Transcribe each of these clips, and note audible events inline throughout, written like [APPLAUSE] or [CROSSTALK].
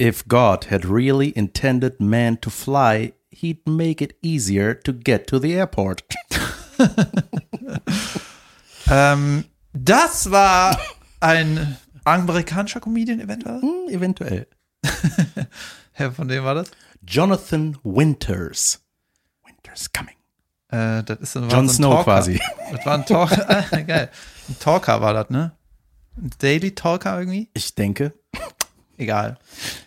If God had really intended man to fly, he'd make it easier to get to the airport. [LAUGHS] Ähm, das war ein amerikanischer Comedian eventuell. Hm, eventuell. Herr, von dem war das? Jonathan Winters. Winters coming. Äh, das ist ein, war Jon so ein Snow Talker. quasi. Das war ein [LAUGHS] Talker. Ah, Geil. Ein Talker war das, ne? Ein Daily Talker irgendwie? [LAUGHS] Ich denke, Egal.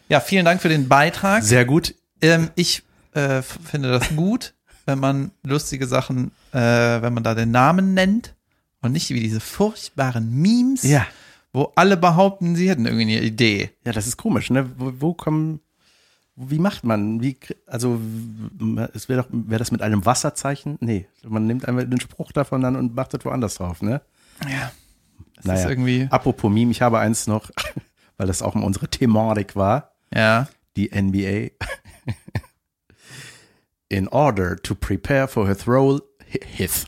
Ja, vielen Dank für den Beitrag. sehr gut. Ähm, ich äh, f- finde das gut, wenn man lustige Sachen, äh, wenn man da den Namen nennt und nicht wie diese furchtbaren Memes, Ja. wo alle behaupten, sie hätten irgendwie eine Idee. Ja, das ist komisch, ne? Wo, wo kommen. Wie macht man? Wie, krie- also, w- es wäre doch, wäre das mit einem Wasserzeichen? Nee, man nimmt einfach den Spruch davon dann und macht das woanders drauf, ne? Ja. Das Naja. ist irgendwie. Apropos Meme, ich habe eins noch, [LAUGHS] weil das auch unsere Thematik war, Ja. die NBA. In order to prepare for his role, his.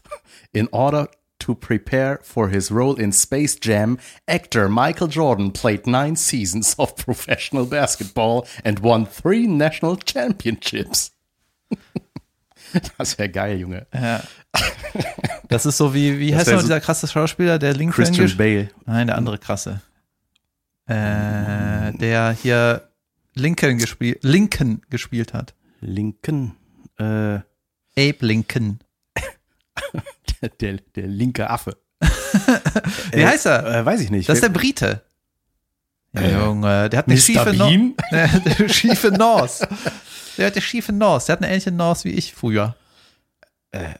In order to prepare for his role in Space Jam, actor Michael Jordan played nine seasons of professional basketball and won three national championships. Das wäre geil, Junge. ja. [LAUGHS] Das ist so wie, wie heißt wär noch so- dieser krasse Schauspieler, der links Christian Englisch? Bale. Nein, der andere krasse. Äh, der hier Lincoln gespielt, Lincoln gespielt hat. Linken. Äh, [LAUGHS] Abe Lincoln. der, der linke Affe. [LAUGHS] Wie Äh, heißt er? Äh, weiß ich nicht. Das ist der Brite. Ja, Äh, Junge, der hat eine Mr. schiefe Bean? Nase. [LAUGHS] Der schiefe Nase. Der hat eine schiefe Nase. Der hat eine ähnliche Nase wie ich früher.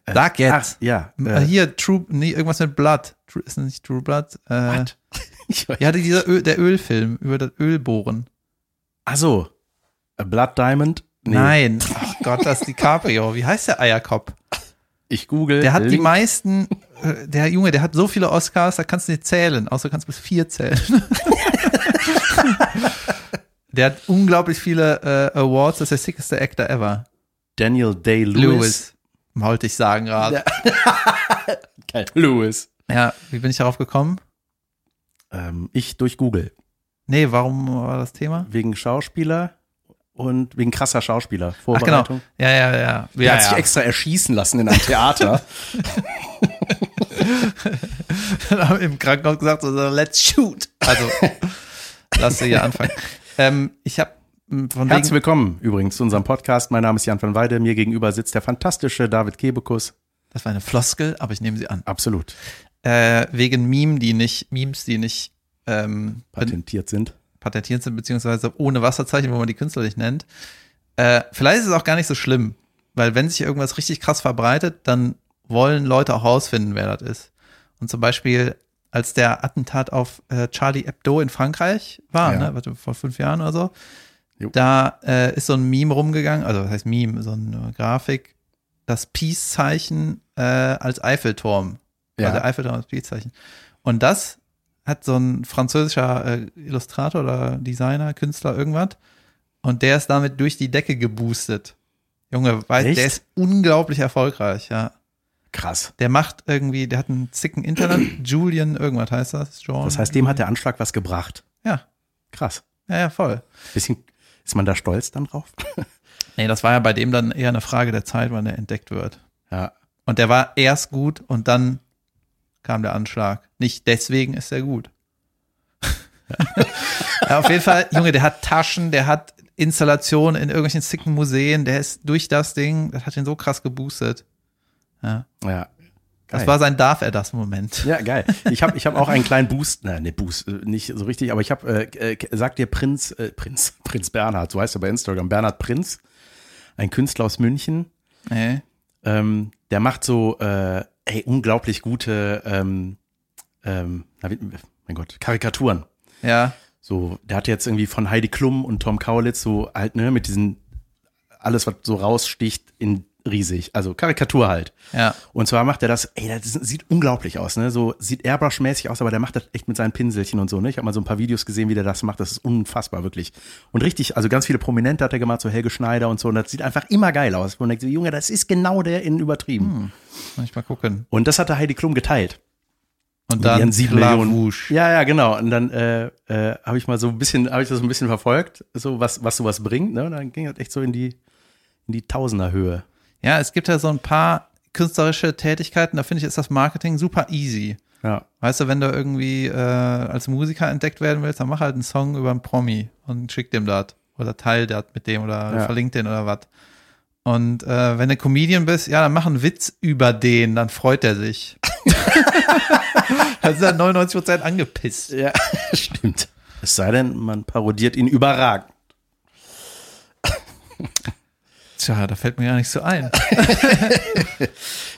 Sag Ach, jetzt. ja. ah, Äh, Hier, True, nee, irgendwas mit Blood. True, ist das nicht True Blood? Äh, ich, ja, dieser Öl, der Ölfilm über das Ölbohren. ach so. A Blood Diamond? Nee. Nein. Ach Gott, das ist DiCaprio. Wie heißt der Eierkopf? Ich google. Der hat die Link- meisten, äh, der Junge, der hat so viele Oscars, da kannst du nicht zählen, außer du kannst bis vier [LAUGHS] zählen. der hat unglaublich viele äh, Awards, das ist der sickeste Actor ever. Daniel Day Lewis. Lewis. Wollte ich sagen gerade. Geil. Lewis. Ja. wie bin ich darauf gekommen? Ähm, ich durch Google. Nee, warum war das Thema? Wegen Schauspieler und wegen krasser Schauspieler. Ach genau. Vorbereitung. Ja, ja, ja. Der ja, hat sich ja. extra erschießen lassen in einem Theater. haben [LAUGHS] im Krankenhaus gesagt, so, so, let's shoot. [LAUGHS] Also, lass sie hier anfangen. ähm, ich habe von Herzlich [LAUGHS] wegen, willkommen übrigens zu unserem Podcast. Mein Name ist Jan van Weide. Mir gegenüber sitzt der fantastische David Kebekus. das war eine Floskel, aber ich nehme sie an. Absolut. äh, wegen Meme, die nicht, Memes, die nicht ähm, ben- Patentiert sind. patentiert sind, beziehungsweise ohne Wasserzeichen, wo man die Künstler nicht nennt. Äh, vielleicht ist es auch gar nicht so schlimm, weil wenn sich irgendwas richtig krass verbreitet, dann wollen Leute auch rausfinden, wer das ist. Und zum Beispiel, als der Attentat auf äh, Charlie Hebdo in Frankreich war, Ja. ne, warte, vor fünf Jahren oder so, Jo. da äh, ist so ein Meme rumgegangen, also was heißt Meme, so eine Grafik, das Peace-Zeichen äh, als Eiffelturm ja. Also der Eiffelturm als Peace-Zeichen. Und das hat so ein französischer äh, Illustrator oder Designer, Künstler, irgendwas. Und der ist damit durch die Decke geboostet. Junge, weiß, Echt? der ist unglaublich erfolgreich, ja. Krass. Der macht irgendwie, der hat einen zicken [CLEARS THROAT] Internet, Julian, irgendwas heißt das, John. Das heißt, dem hat der Anschlag was gebracht. Ja, Krass. ja, ja, voll. Bisschen, ist man da stolz dann [LAUGHS] drauf? Nee, das war ja bei dem dann eher eine Frage der Zeit, wann der entdeckt wird. Ja. Und der war erst gut und dann kam der Anschlag. Nicht deswegen ist er gut. [LAUGHS] ja, auf jeden Fall, Junge, der hat Taschen, der hat Installationen in irgendwelchen sicken Museen, der ist durch das Ding, das hat ihn so krass geboostet. Ja. Ja. Das Geil. war sein Darf er das Moment. Ja, geil. Ich habe ich hab auch einen kleinen Boost, na, ne, Boost, äh, nicht so richtig, aber ich habe, äh, äh, sagt dir Prinz, äh, Prinz, [LAUGHS] Prinz Bernhard, so heißt er bei Instagram, Bernhard Prinz, ein Künstler aus München, Nee. ähm, der macht so, äh, ey, unglaublich gute, ähm, ähm, na, wie, mein Gott, Karikaturen. Ja, So, der hat jetzt irgendwie von Heidi Klum und Tom Kaulitz so halt, ne, mit diesen, alles, was so raussticht, in riesig, also Karikatur halt. ja. Und zwar macht er das, ey, das sieht unglaublich aus, ne? So sieht Airbrush-mäßig aus, aber der macht das echt mit seinen Pinselchen und so, ne? Ich habe mal so ein paar Videos gesehen, wie der das macht. Das ist unfassbar, wirklich. Und richtig, also ganz viele Prominente hat er gemacht, so Helge Schneider und so. Und das sieht einfach immer geil aus. Und denkt so, Junge, das ist genau der in übertrieben. Muss ich mal gucken. Und das hatte Heidi Klum geteilt. Und dann sieben Millionen. Ja, ja, genau. Und dann äh, äh, habe ich mal so ein bisschen, habe ich das ein bisschen verfolgt, so was, was sowas bringt. Ne? Und dann ging das echt so in die, in die Tausenderhöhe. Ja, es gibt ja so ein paar künstlerische Tätigkeiten, da finde ich, ist das Marketing super easy. Ja. Weißt du, wenn du irgendwie äh, als Musiker entdeckt werden willst, dann mach halt einen Song über einen Promi und schick dem das. Oder teil das mit dem oder Ja. verlink den oder was. Und äh, wenn du Comedian bist, ja, dann mach einen Witz über den, dann freut er [LAUGHS] sich. dann sind dann 99% angepisst. Ja, [LAUGHS] stimmt. Es sei denn, man parodiert ihn überragend. Tja, da fällt mir gar nichts so ein.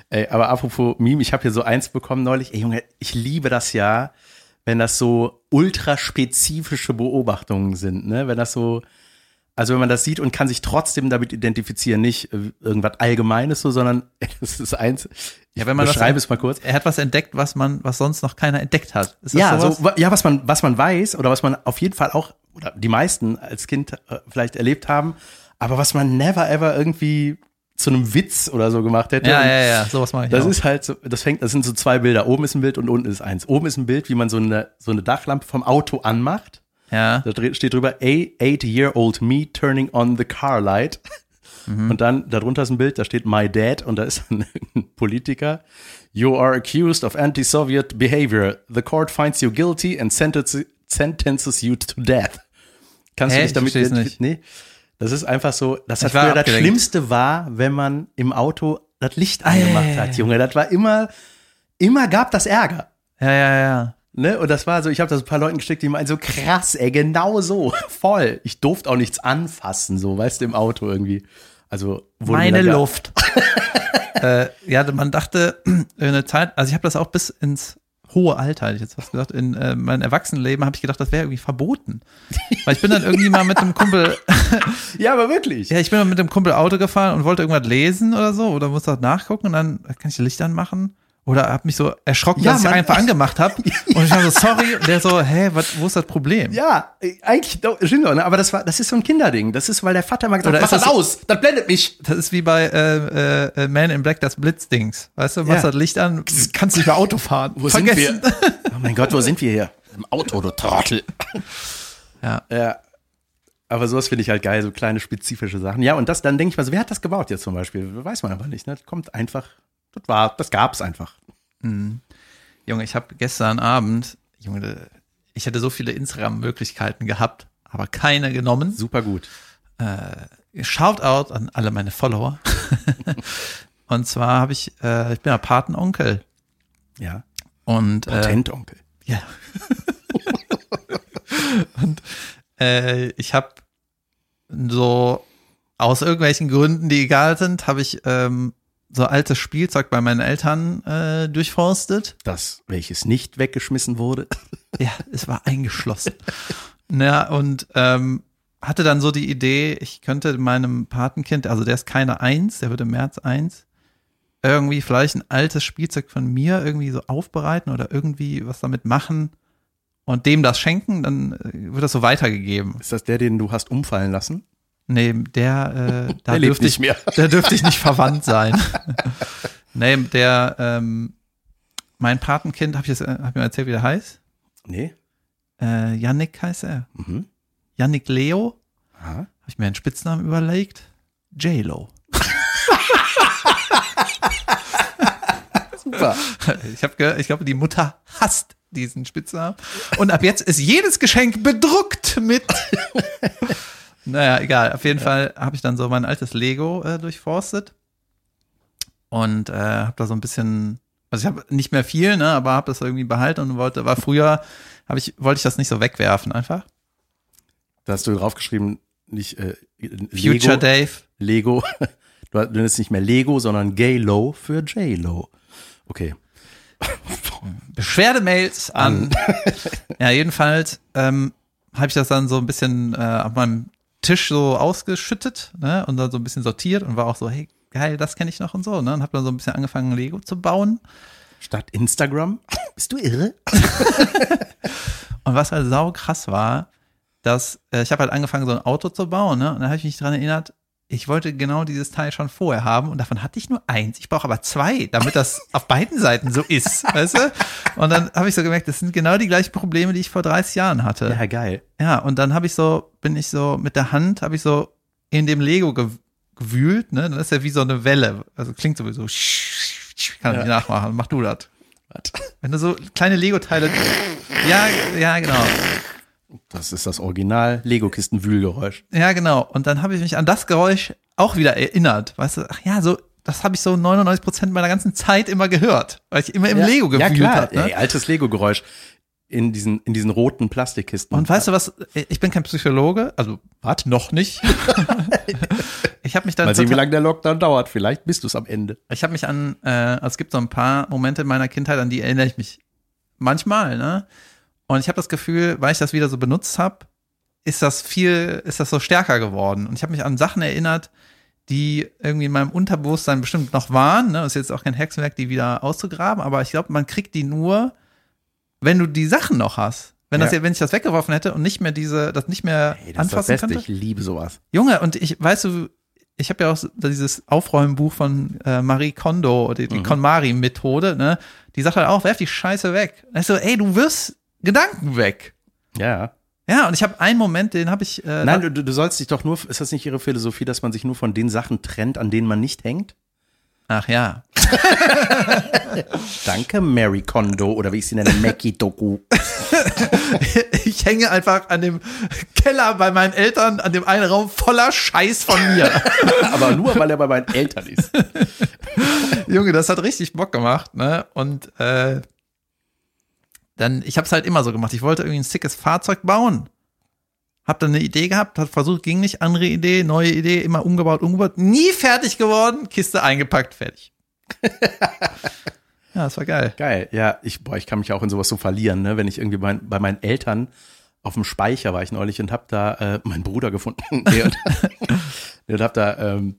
Ey, aber apropos Meme, ich habe hier so eins bekommen neulich. Ey, Junge, ich liebe das ja, wenn das so ultraspezifische Beobachtungen sind, ne? Wenn das so, also wenn man das sieht und kann sich trotzdem damit identifizieren, nicht äh, irgendwas Allgemeines so, sondern [LAUGHS] das ist eins. Ich Ja, wenn man das- beschreibe es mal kurz. Er hat was entdeckt, was man, was sonst noch keiner entdeckt hat. Ist das ja, sowas? so, wa- ja, was man, was man weiß oder was man auf jeden Fall auch, oder die meisten als Kind äh, vielleicht erlebt haben, aber was man never ever irgendwie zu einem Witz oder so gemacht hätte. ja, Und ja, ja, sowas mache ich Das auch. ist halt so, das fängt, das sind so zwei Bilder. Oben ist ein Bild und unten ist eins. Oben ist ein Bild, wie man so eine, so eine Dachlampe vom Auto anmacht. ja. Da dr- steht drüber, a eight-year-old me turning on the car [LAUGHS] light. Mhm. Und dann, darunter ist ein Bild, da steht my dad und da ist [LAUGHS] ein Politiker. You are accused of anti-Soviet behavior. The court finds you guilty and sentence, sentences you to death. Kannst Hä? du Ich dich damit versteh's identif- Nee. Das ist einfach so, das, hat war früher das abgelenkt. Ah, Schlimmste war, wenn man im Auto das Licht angemacht ja, hat, Junge. Das war immer, immer gab das Ärger. Ja, ja, ja. Ne? Und das war so, ich habe das ein paar Leuten geschickt, die meinen so krass, ey, genau so, [LAUGHS] voll. Ich durfte auch nichts anfassen, so, weißt du, im Auto irgendwie. Also wurde mir Meine dann ja- Luft. [LAUGHS] äh, ja, man dachte, eine Zeit, also ich habe das auch bis ins hohe Alter, hätte ich jetzt fast gesagt, in äh, mein Erwachsenenleben habe ich gedacht, das wäre irgendwie verboten. Weil ich bin dann irgendwie mal mit einem [LAUGHS] Kumpel, Ja, aber wirklich. ja, ich bin mal mit einem Kumpel Auto gefahren und wollte irgendwas lesen oder so oder musste halt nachgucken und dann äh, kann ich die Licht anmachen. Oder habe mich so erschrocken, Ja, dass ich Mann. einfach angemacht [LAUGHS] habe. Und ich war so, sorry. Und der so, hä, was, wo ist das Problem? Ja, äh, eigentlich doch, stimmt doch, ne? aber das war, das ist so ein Kinderding. Das ist, weil der Vater mal gesagt Oder hat, mach ist das das- aus, das blendet mich. Das ist wie bei äh, äh, Man in Black, das Blitzdings. Weißt du, machst Ja. das Licht an, kannst nicht mehr Auto fahren. Wo sind wir? [LAUGHS] Oh mein Gott, wo sind wir hier? Im Auto, du Trottel. Ja. [LAUGHS] Ja. Aber sowas finde ich halt geil, so kleine spezifische Sachen. Ja, und das, dann denke ich mal so, wer hat das gebaut jetzt zum Beispiel? Weiß man aber nicht, ne? Das kommt einfach, das war, das gab's einfach. Junge, ich habe gestern Abend, Junge, ich hätte so viele Instagram-Möglichkeiten gehabt, aber keine genommen. Super gut. Shoutout an alle meine Follower. und zwar habe ich, äh, ich bin ja Patenonkel. Ja. Und äh, Patentonkel. Ja. und äh, ich habe so aus irgendwelchen Gründen, die egal sind, habe ich ähm, so altes Spielzeug bei meinen Eltern äh, durchforstet. das, welches nicht weggeschmissen wurde. [LAUGHS] Ja, es war eingeschlossen. Na, und ähm, hatte dann so die Idee, ich könnte meinem Patenkind, also der ist keine Eins, der wird im März Eins, irgendwie vielleicht ein altes Spielzeug von mir irgendwie so aufbereiten oder irgendwie was damit machen und dem das schenken, dann äh, wird das so weitergegeben. Ist das der, den du hast umfallen lassen? Nee, [LAUGHS] der, äh, da Der lebt dürfte ich nicht mehr. [LAUGHS] Da dürfte ich nicht verwandt sein. [LAUGHS] nee, der, ähm, mein Patenkind, habe ich jetzt, äh, hab ich mir erzählt, wie der heißt? Nee. Äh, Yannick heißt er. Mhm. Yannick Leo, Aha. habe ich mir einen Spitznamen überlegt. J-Lo. Super. Ich, hab ge- ich glaube, die Mutter hasst diesen Spitznamen. Und ab jetzt ist jedes Geschenk bedruckt [LAUGHS] mit. naja, egal. Auf jeden Fall habe ich dann so mein altes Lego äh, durchforstet. Und äh, habe da so ein bisschen. Also ich habe nicht mehr viel, ne, aber habe das irgendwie behalten und wollte, war früher, habe ich, wollte ich das nicht so wegwerfen einfach. Da hast du draufgeschrieben, nicht äh, Lego, Future Dave. Lego. [LAUGHS] Du hast- du nennst nicht mehr Lego, sondern Gay-Lo für J-Lo. Okay. Beschwerdemails an. [LAUGHS] ja, jedenfalls ähm, habe ich das dann so ein bisschen äh, auf meinem Tisch so ausgeschüttet ne, und dann so ein bisschen sortiert und war auch so, hey, geil, das kenne ich noch und so. Ne, und habe dann so ein bisschen angefangen, Lego zu bauen. Statt Instagram? [LAUGHS] Bist du irre? Und was halt sau krass war, dass äh, ich habe halt angefangen, so ein Auto zu bauen. Ne, und da habe ich mich dran erinnert, ich wollte genau dieses Teil schon vorher haben und davon hatte ich nur eins. Ich brauche aber zwei, damit das auf beiden Seiten so ist, weißt du? Und dann habe ich so gemerkt, das sind genau die gleichen Probleme, die ich vor 30 Jahren hatte. Ja, geil. Ja, und dann habe ich so, bin ich so mit der Hand, habe ich so in dem Lego gew gewühlt, ne? Dann ist ja wie so eine Welle. Also klingt sowieso, kann ich nicht nachmachen, mach du das. Wenn du so kleine Lego-Teile, ja, ja, genau. Das ist das Original Lego-Kisten-Wühlgeräusch. Ja, genau. Und dann habe ich mich an das Geräusch auch wieder erinnert. Weißt du, ach ja, so, das habe ich so 99 Prozent meiner ganzen Zeit immer gehört, weil ich immer im Ja. Lego Ja, gewühlt klar. habe. Ne? Ey, altes Lego-Geräusch. In diesen, in diesen roten Plastikkisten. Und weißt du was, ich bin kein Psychologe, also was, [LAUGHS] noch nicht. ich habe mich dann Mal sehen, wie total- lange der Lockdown dauert. Vielleicht bist du es am Ende. ich habe mich an, äh, also es gibt so ein paar Momente in meiner Kindheit, an die erinnere ich mich manchmal, ne? Und ich habe das Gefühl, weil ich das wieder so benutzt habe, ist das viel, ist das so stärker geworden. Und ich habe mich an Sachen erinnert, die irgendwie in meinem Unterbewusstsein bestimmt noch waren. Ne? Ist jetzt auch kein Hexenwerk, die wieder auszugraben, aber ich glaube, man kriegt die nur, wenn du die Sachen noch hast. Wenn das Ja. ja, wenn ich das weggeworfen hätte und nicht mehr diese, das nicht mehr Ey, das ist anfassen das Beste. könnte. Ich liebe sowas. Junge, und ich, weißt du, ich habe ja auch so dieses Aufräumbuch von äh, Marie Kondo, oder die Mhm. KonMari-Methode, ne? Die sagt halt auch, werf die Scheiße weg. Also, ey, du wirst Gedanken weg. Ja. Ja, und ich habe einen Moment, den habe ich. Äh, Nein, du, du sollst dich doch nur, ist das nicht ihre Philosophie, dass man sich nur von den Sachen trennt, an denen man nicht hängt? ach ja. [LAUGHS] Danke, Mary Kondo oder wie ich sie [LAUGHS] nenne, Mackie Doku. Ich hänge einfach an dem Keller bei meinen Eltern, an dem einen Raum voller Scheiß von [LAUGHS] mir. Aber nur, weil er bei meinen Eltern ist. Junge, das hat richtig Bock gemacht, ne? Und äh, dann, ich habe es halt immer so gemacht. Ich wollte irgendwie ein sickes Fahrzeug bauen. Hab dann eine Idee gehabt, hat versucht, ging nicht, andere Idee, neue Idee, immer umgebaut, umgebaut, nie fertig geworden, Kiste [LAUGHS] eingepackt, fertig. ja, das war geil. Geil, ja, ich, boah, ich kann mich auch in sowas so verlieren, ne? wenn ich irgendwie bei, bei meinen Eltern auf dem Speicher war ich neulich und hab da äh, meinen Bruder gefunden [LAUGHS] nee, und, und hab da ähm,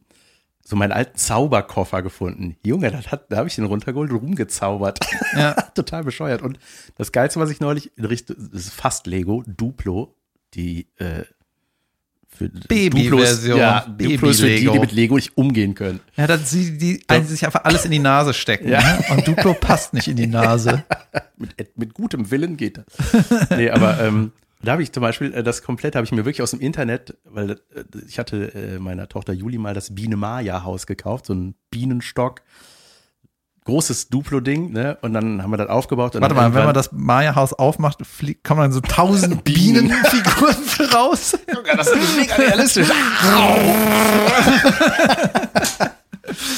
so meinen alten Zauberkoffer gefunden. Junge, das hat, da habe ich den runtergeholt und rumgezaubert. Ja. [LAUGHS] Total bescheuert. Und das Geilste, was ich neulich in Richtung, das ist fast Lego, Duplo, die äh, für Duplo ist- Baby-Version. Ja, Duplo ist für die, die Baby-Lego. mit Lego nicht umgehen können. Ja, dann sie, die, die sich einfach alles in die Nase stecken. Ne? Und Duplo passt nicht in [LAUGHS] die Nase. mit, mit gutem Willen geht das. [LAUGHS] nee, aber ähm, da habe ich zum Beispiel, äh, das komplett habe ich mir wirklich aus dem Internet, weil äh, ich hatte äh, meiner Tochter Juli mal das Biene Maya-Haus gekauft, so ein Bienenstock. Großes Duplo-Ding, ne? Und dann haben wir das aufgebaut. Und Warte dann mal, wenn irgendwann- man das Maya-Haus aufmacht, fliegt, kommen dann so [LAUGHS] tausend Bienen. Bienenfiguren [LAUGHS] raus. Junge, das ist mega realistisch.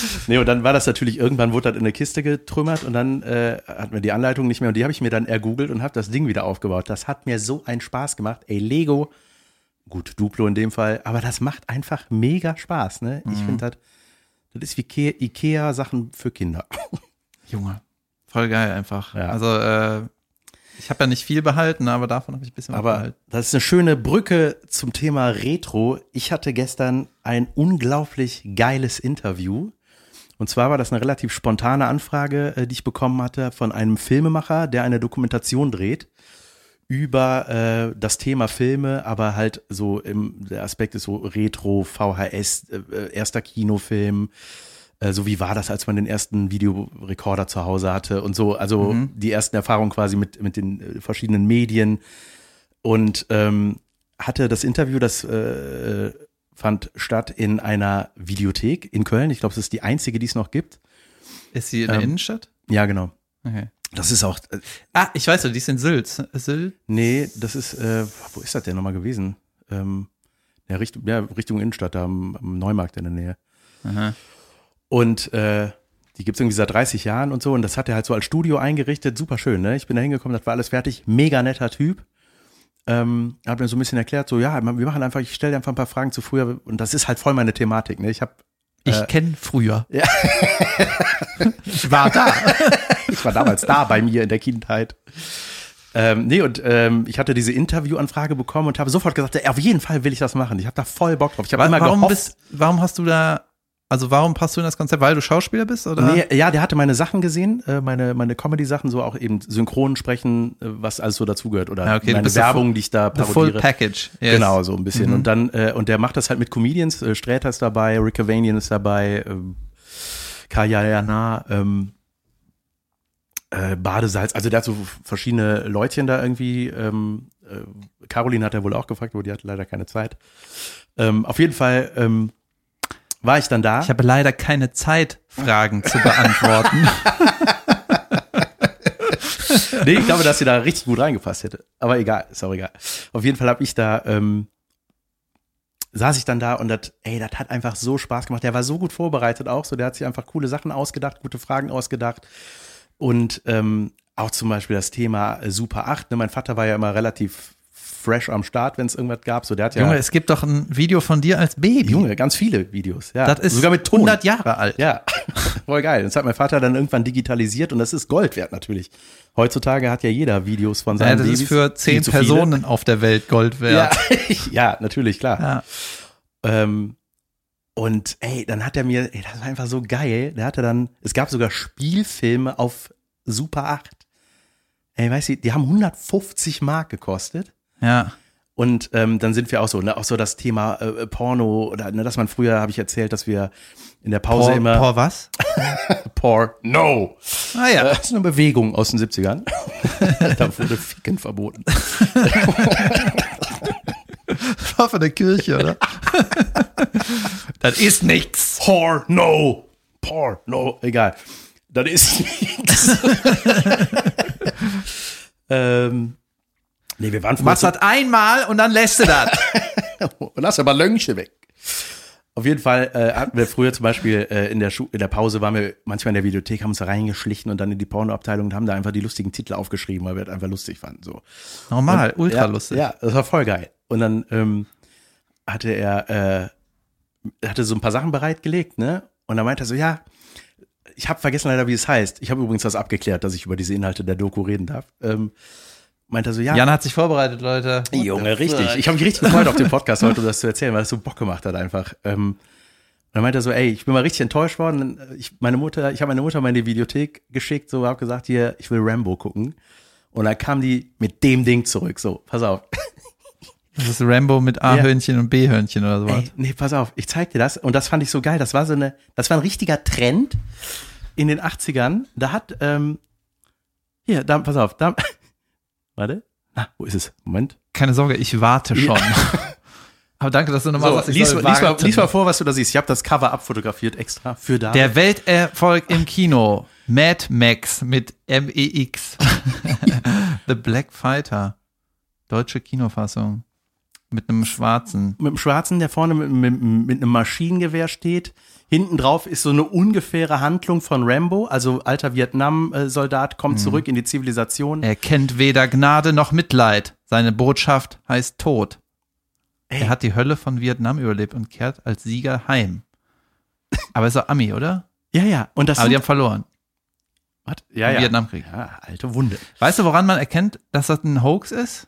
[LAUGHS] nee, und dann war das natürlich, irgendwann wurde das in eine Kiste getrümmert und dann äh, hatten wir die Anleitung nicht mehr und die habe ich mir dann ergoogelt und habe das Ding wieder aufgebaut. Das hat mir so einen Spaß gemacht. Ey, Lego, gut, Duplo in dem Fall, aber das macht einfach mega Spaß, ne? Ich finde das, das ist wie Ke- Ikea Sachen für Kinder. Junge, voll geil einfach. Ja. Also äh, ich habe ja nicht viel behalten, ne, aber davon habe ich ein bisschen was Aber behalten. das ist eine schöne Brücke zum Thema Retro. Ich hatte gestern ein unglaublich geiles Interview. Und zwar war das eine relativ spontane Anfrage, äh, die ich bekommen hatte von einem Filmemacher, der eine Dokumentation dreht über äh, das Thema Filme, aber halt so im der Aspekt ist so Retro, VHS, äh, äh, erster Kinofilm, äh, so wie war das, als man den ersten Videorekorder zu Hause hatte und so, also die ersten Erfahrungen quasi mit mit den äh, verschiedenen Medien und ähm, hatte das Interview, das äh, äh, fand statt in einer Videothek in Köln. Ich glaube, es ist die einzige, die es noch gibt. Ist sie in der ähm, Innenstadt? Ja, genau. Okay. Das ist auch. Äh, Ah, ich weiß ja, die ist in Sülz. Sylt? nee, das ist. Äh, wo ist das denn nochmal gewesen? Ähm, ja, Richtung, ja, Richtung Innenstadt, da am, am Neumarkt in der Nähe. Aha. Und äh, die gibt's irgendwie seit 30 Jahren und so. Und das hat er halt so als Studio eingerichtet. Super schön, ne? Ich bin da hingekommen, das war alles fertig. Mega netter Typ. Ähm, hat mir so ein bisschen erklärt, so, ja, wir machen einfach, ich stelle einfach ein paar Fragen zu früher. Und das ist halt voll meine Thematik, ne? Ich habe Ich Äh, kenne früher. [LAUGHS] Ja. ich war da. Ich war damals da bei mir in der Kindheit. Ähm, nee, und ähm, ich hatte diese Interviewanfrage bekommen und habe sofort gesagt, ja, auf jeden Fall will ich das machen. Ich habe da voll Bock drauf. Ich habe immer warum, gehofft, bist, warum hast du da Also warum passt du in das Konzept? Weil du Schauspieler bist oder? Nee, ja, der hatte meine Sachen gesehen, äh, meine, meine Comedy-Sachen, so auch eben synchron sprechen, äh, was alles so dazugehört. Oder Ja, Ah, okay, du meine bist der Werbung, Full- die ich da The full parodiere. package. Yes. Genau, so ein bisschen. Und dann, äh, und der macht das halt mit Comedians. Äh, Sträter ist dabei, Rick Avanian ist dabei, ähm, Kaya Jana, ähm, äh, Badesalz. Also der hat so verschiedene Leutchen da irgendwie. Ähm, äh, Caroline hat er wohl auch gefragt, aber die hatte leider keine Zeit. Ähm, auf jeden Fall ähm, war ich dann da. Ich habe leider keine Zeit, Fragen zu beantworten. nee, ich glaube, dass sie da richtig gut reingepasst hätte. Aber egal, ist auch egal. Auf jeden Fall habe ich da, ähm, saß ich dann da und das, ey, das hat einfach so Spaß gemacht. Der war so gut vorbereitet auch, so der hat sich einfach coole Sachen ausgedacht, gute Fragen ausgedacht. Und ähm, auch zum Beispiel das Thema äh, Super 8. Ne? Mein Vater war ja immer relativ fresh am Start, wenn es irgendwas gab. So, der hat [LAUGHS] ja, Junge, es gibt doch ein Video von dir als Baby. Junge, ganz viele Videos. Ja. Das ist sogar mit Ton. 100 Jahre alt. Ja, [LAUGHS] voll geil. Das hat mein Vater dann irgendwann digitalisiert und das ist Gold wert natürlich. Heutzutage hat ja jeder Videos von seinen Ja, das ist Babys, für zehn viel zu viele. Personen auf der Welt Gold Ja, wert. [LAUGHS] ja natürlich, klar. Ja. Ähm, und ey, dann hat er mir, ey, das war einfach so geil. Der hatte dann, es gab sogar Spielfilme auf Super 8. Ey, weißt du, die haben 150 Mark gekostet. ja. Und ähm, dann sind wir auch so, ne, auch so das Thema äh, Porno oder ne, dass man früher, habe ich erzählt, dass wir in der Pause Por, immer [LAUGHS] por was? Por No. Ah ja. Das Äh, ist eine Bewegung aus den 70ern. [LAUGHS] da wurde Ficken verboten. Das war von der Kirche, oder? [LAUGHS] das ist nichts. Por No. Por No. Egal. Das ist [LAUGHS] nichts. ähm, nee, wir waren Du machst früher das einmal und dann lässt du das. [LAUGHS] so- Lass aber Löngsche weg. Auf jeden Fall äh, hatten wir früher zum Beispiel äh, in, der Schu in der Pause waren wir manchmal in der Videothek, haben uns da reingeschlichen und dann in die Pornoabteilung und haben da einfach die lustigen Titel aufgeschrieben, weil wir das einfach lustig fanden. So. Normal, ultra ja, lustig. Ja, das war voll geil. Und dann ähm, hatte er äh, hatte so ein paar Sachen bereitgelegt, ne? Und dann meinte er so, ja, ich habe vergessen leider, wie es heißt. Ich habe übrigens das abgeklärt, dass ich über diese Inhalte der Doku reden darf. Ähm, meinte er so, ja. Jan hat sich vorbereitet, Leute. Junge, richtig. Ich habe mich richtig gefreut auf den Podcast heute, um das zu erzählen, weil es so Bock gemacht hat einfach. Ähm, und dann meinte er so, ey, ich bin mal richtig enttäuscht worden. Ich, meine Mutter, ich habe meine Mutter mal in die Videothek geschickt, so habe gesagt, hier, ich will Rambo gucken. Und dann kam die mit dem Ding zurück. So, pass auf. Das ist Rambo mit A-Hörnchen und B-Hörnchen oder sowas. Ey, nee, pass auf, ich zeig dir das. Und das fand ich so geil. Das war so eine, das war ein richtiger Trend in den 80ern. Da hat, ähm, hier, da, pass auf, da, [LAUGHS] warte. Na, wo ist es? Moment. Keine Sorge, ich warte schon. [LAUGHS] Aber danke, dass du nochmal So, sagst, ich lies, soll lies, mal, warten. lies mal vor, was du da siehst. Ich habe das Cover abfotografiert extra für da. Der Welterfolg im Kino. Mad Max mit M-E-X. [LAUGHS] The Black Fighter. Deutsche Kinofassung. Mit einem Schwarzen. mit dem Schwarzen, der vorne mit, mit, mit einem Maschinengewehr steht. Hinten drauf ist so eine ungefähre Handlung von Rambo, also alter Vietnam-Soldat, Mhm. kommt zurück in die Zivilisation. Er kennt weder Gnade noch Mitleid. Seine Botschaft heißt Tod. Ey. Er hat die Hölle von Vietnam überlebt und kehrt als Sieger heim. Aber ist doch Ami, oder? Ja, ja. Und das Aber die sind, haben verloren. was? ja, Im ja. Vietnamkrieg. Ja, alte Wunde. Weißt du, woran man erkennt, dass das ein Hoax ist?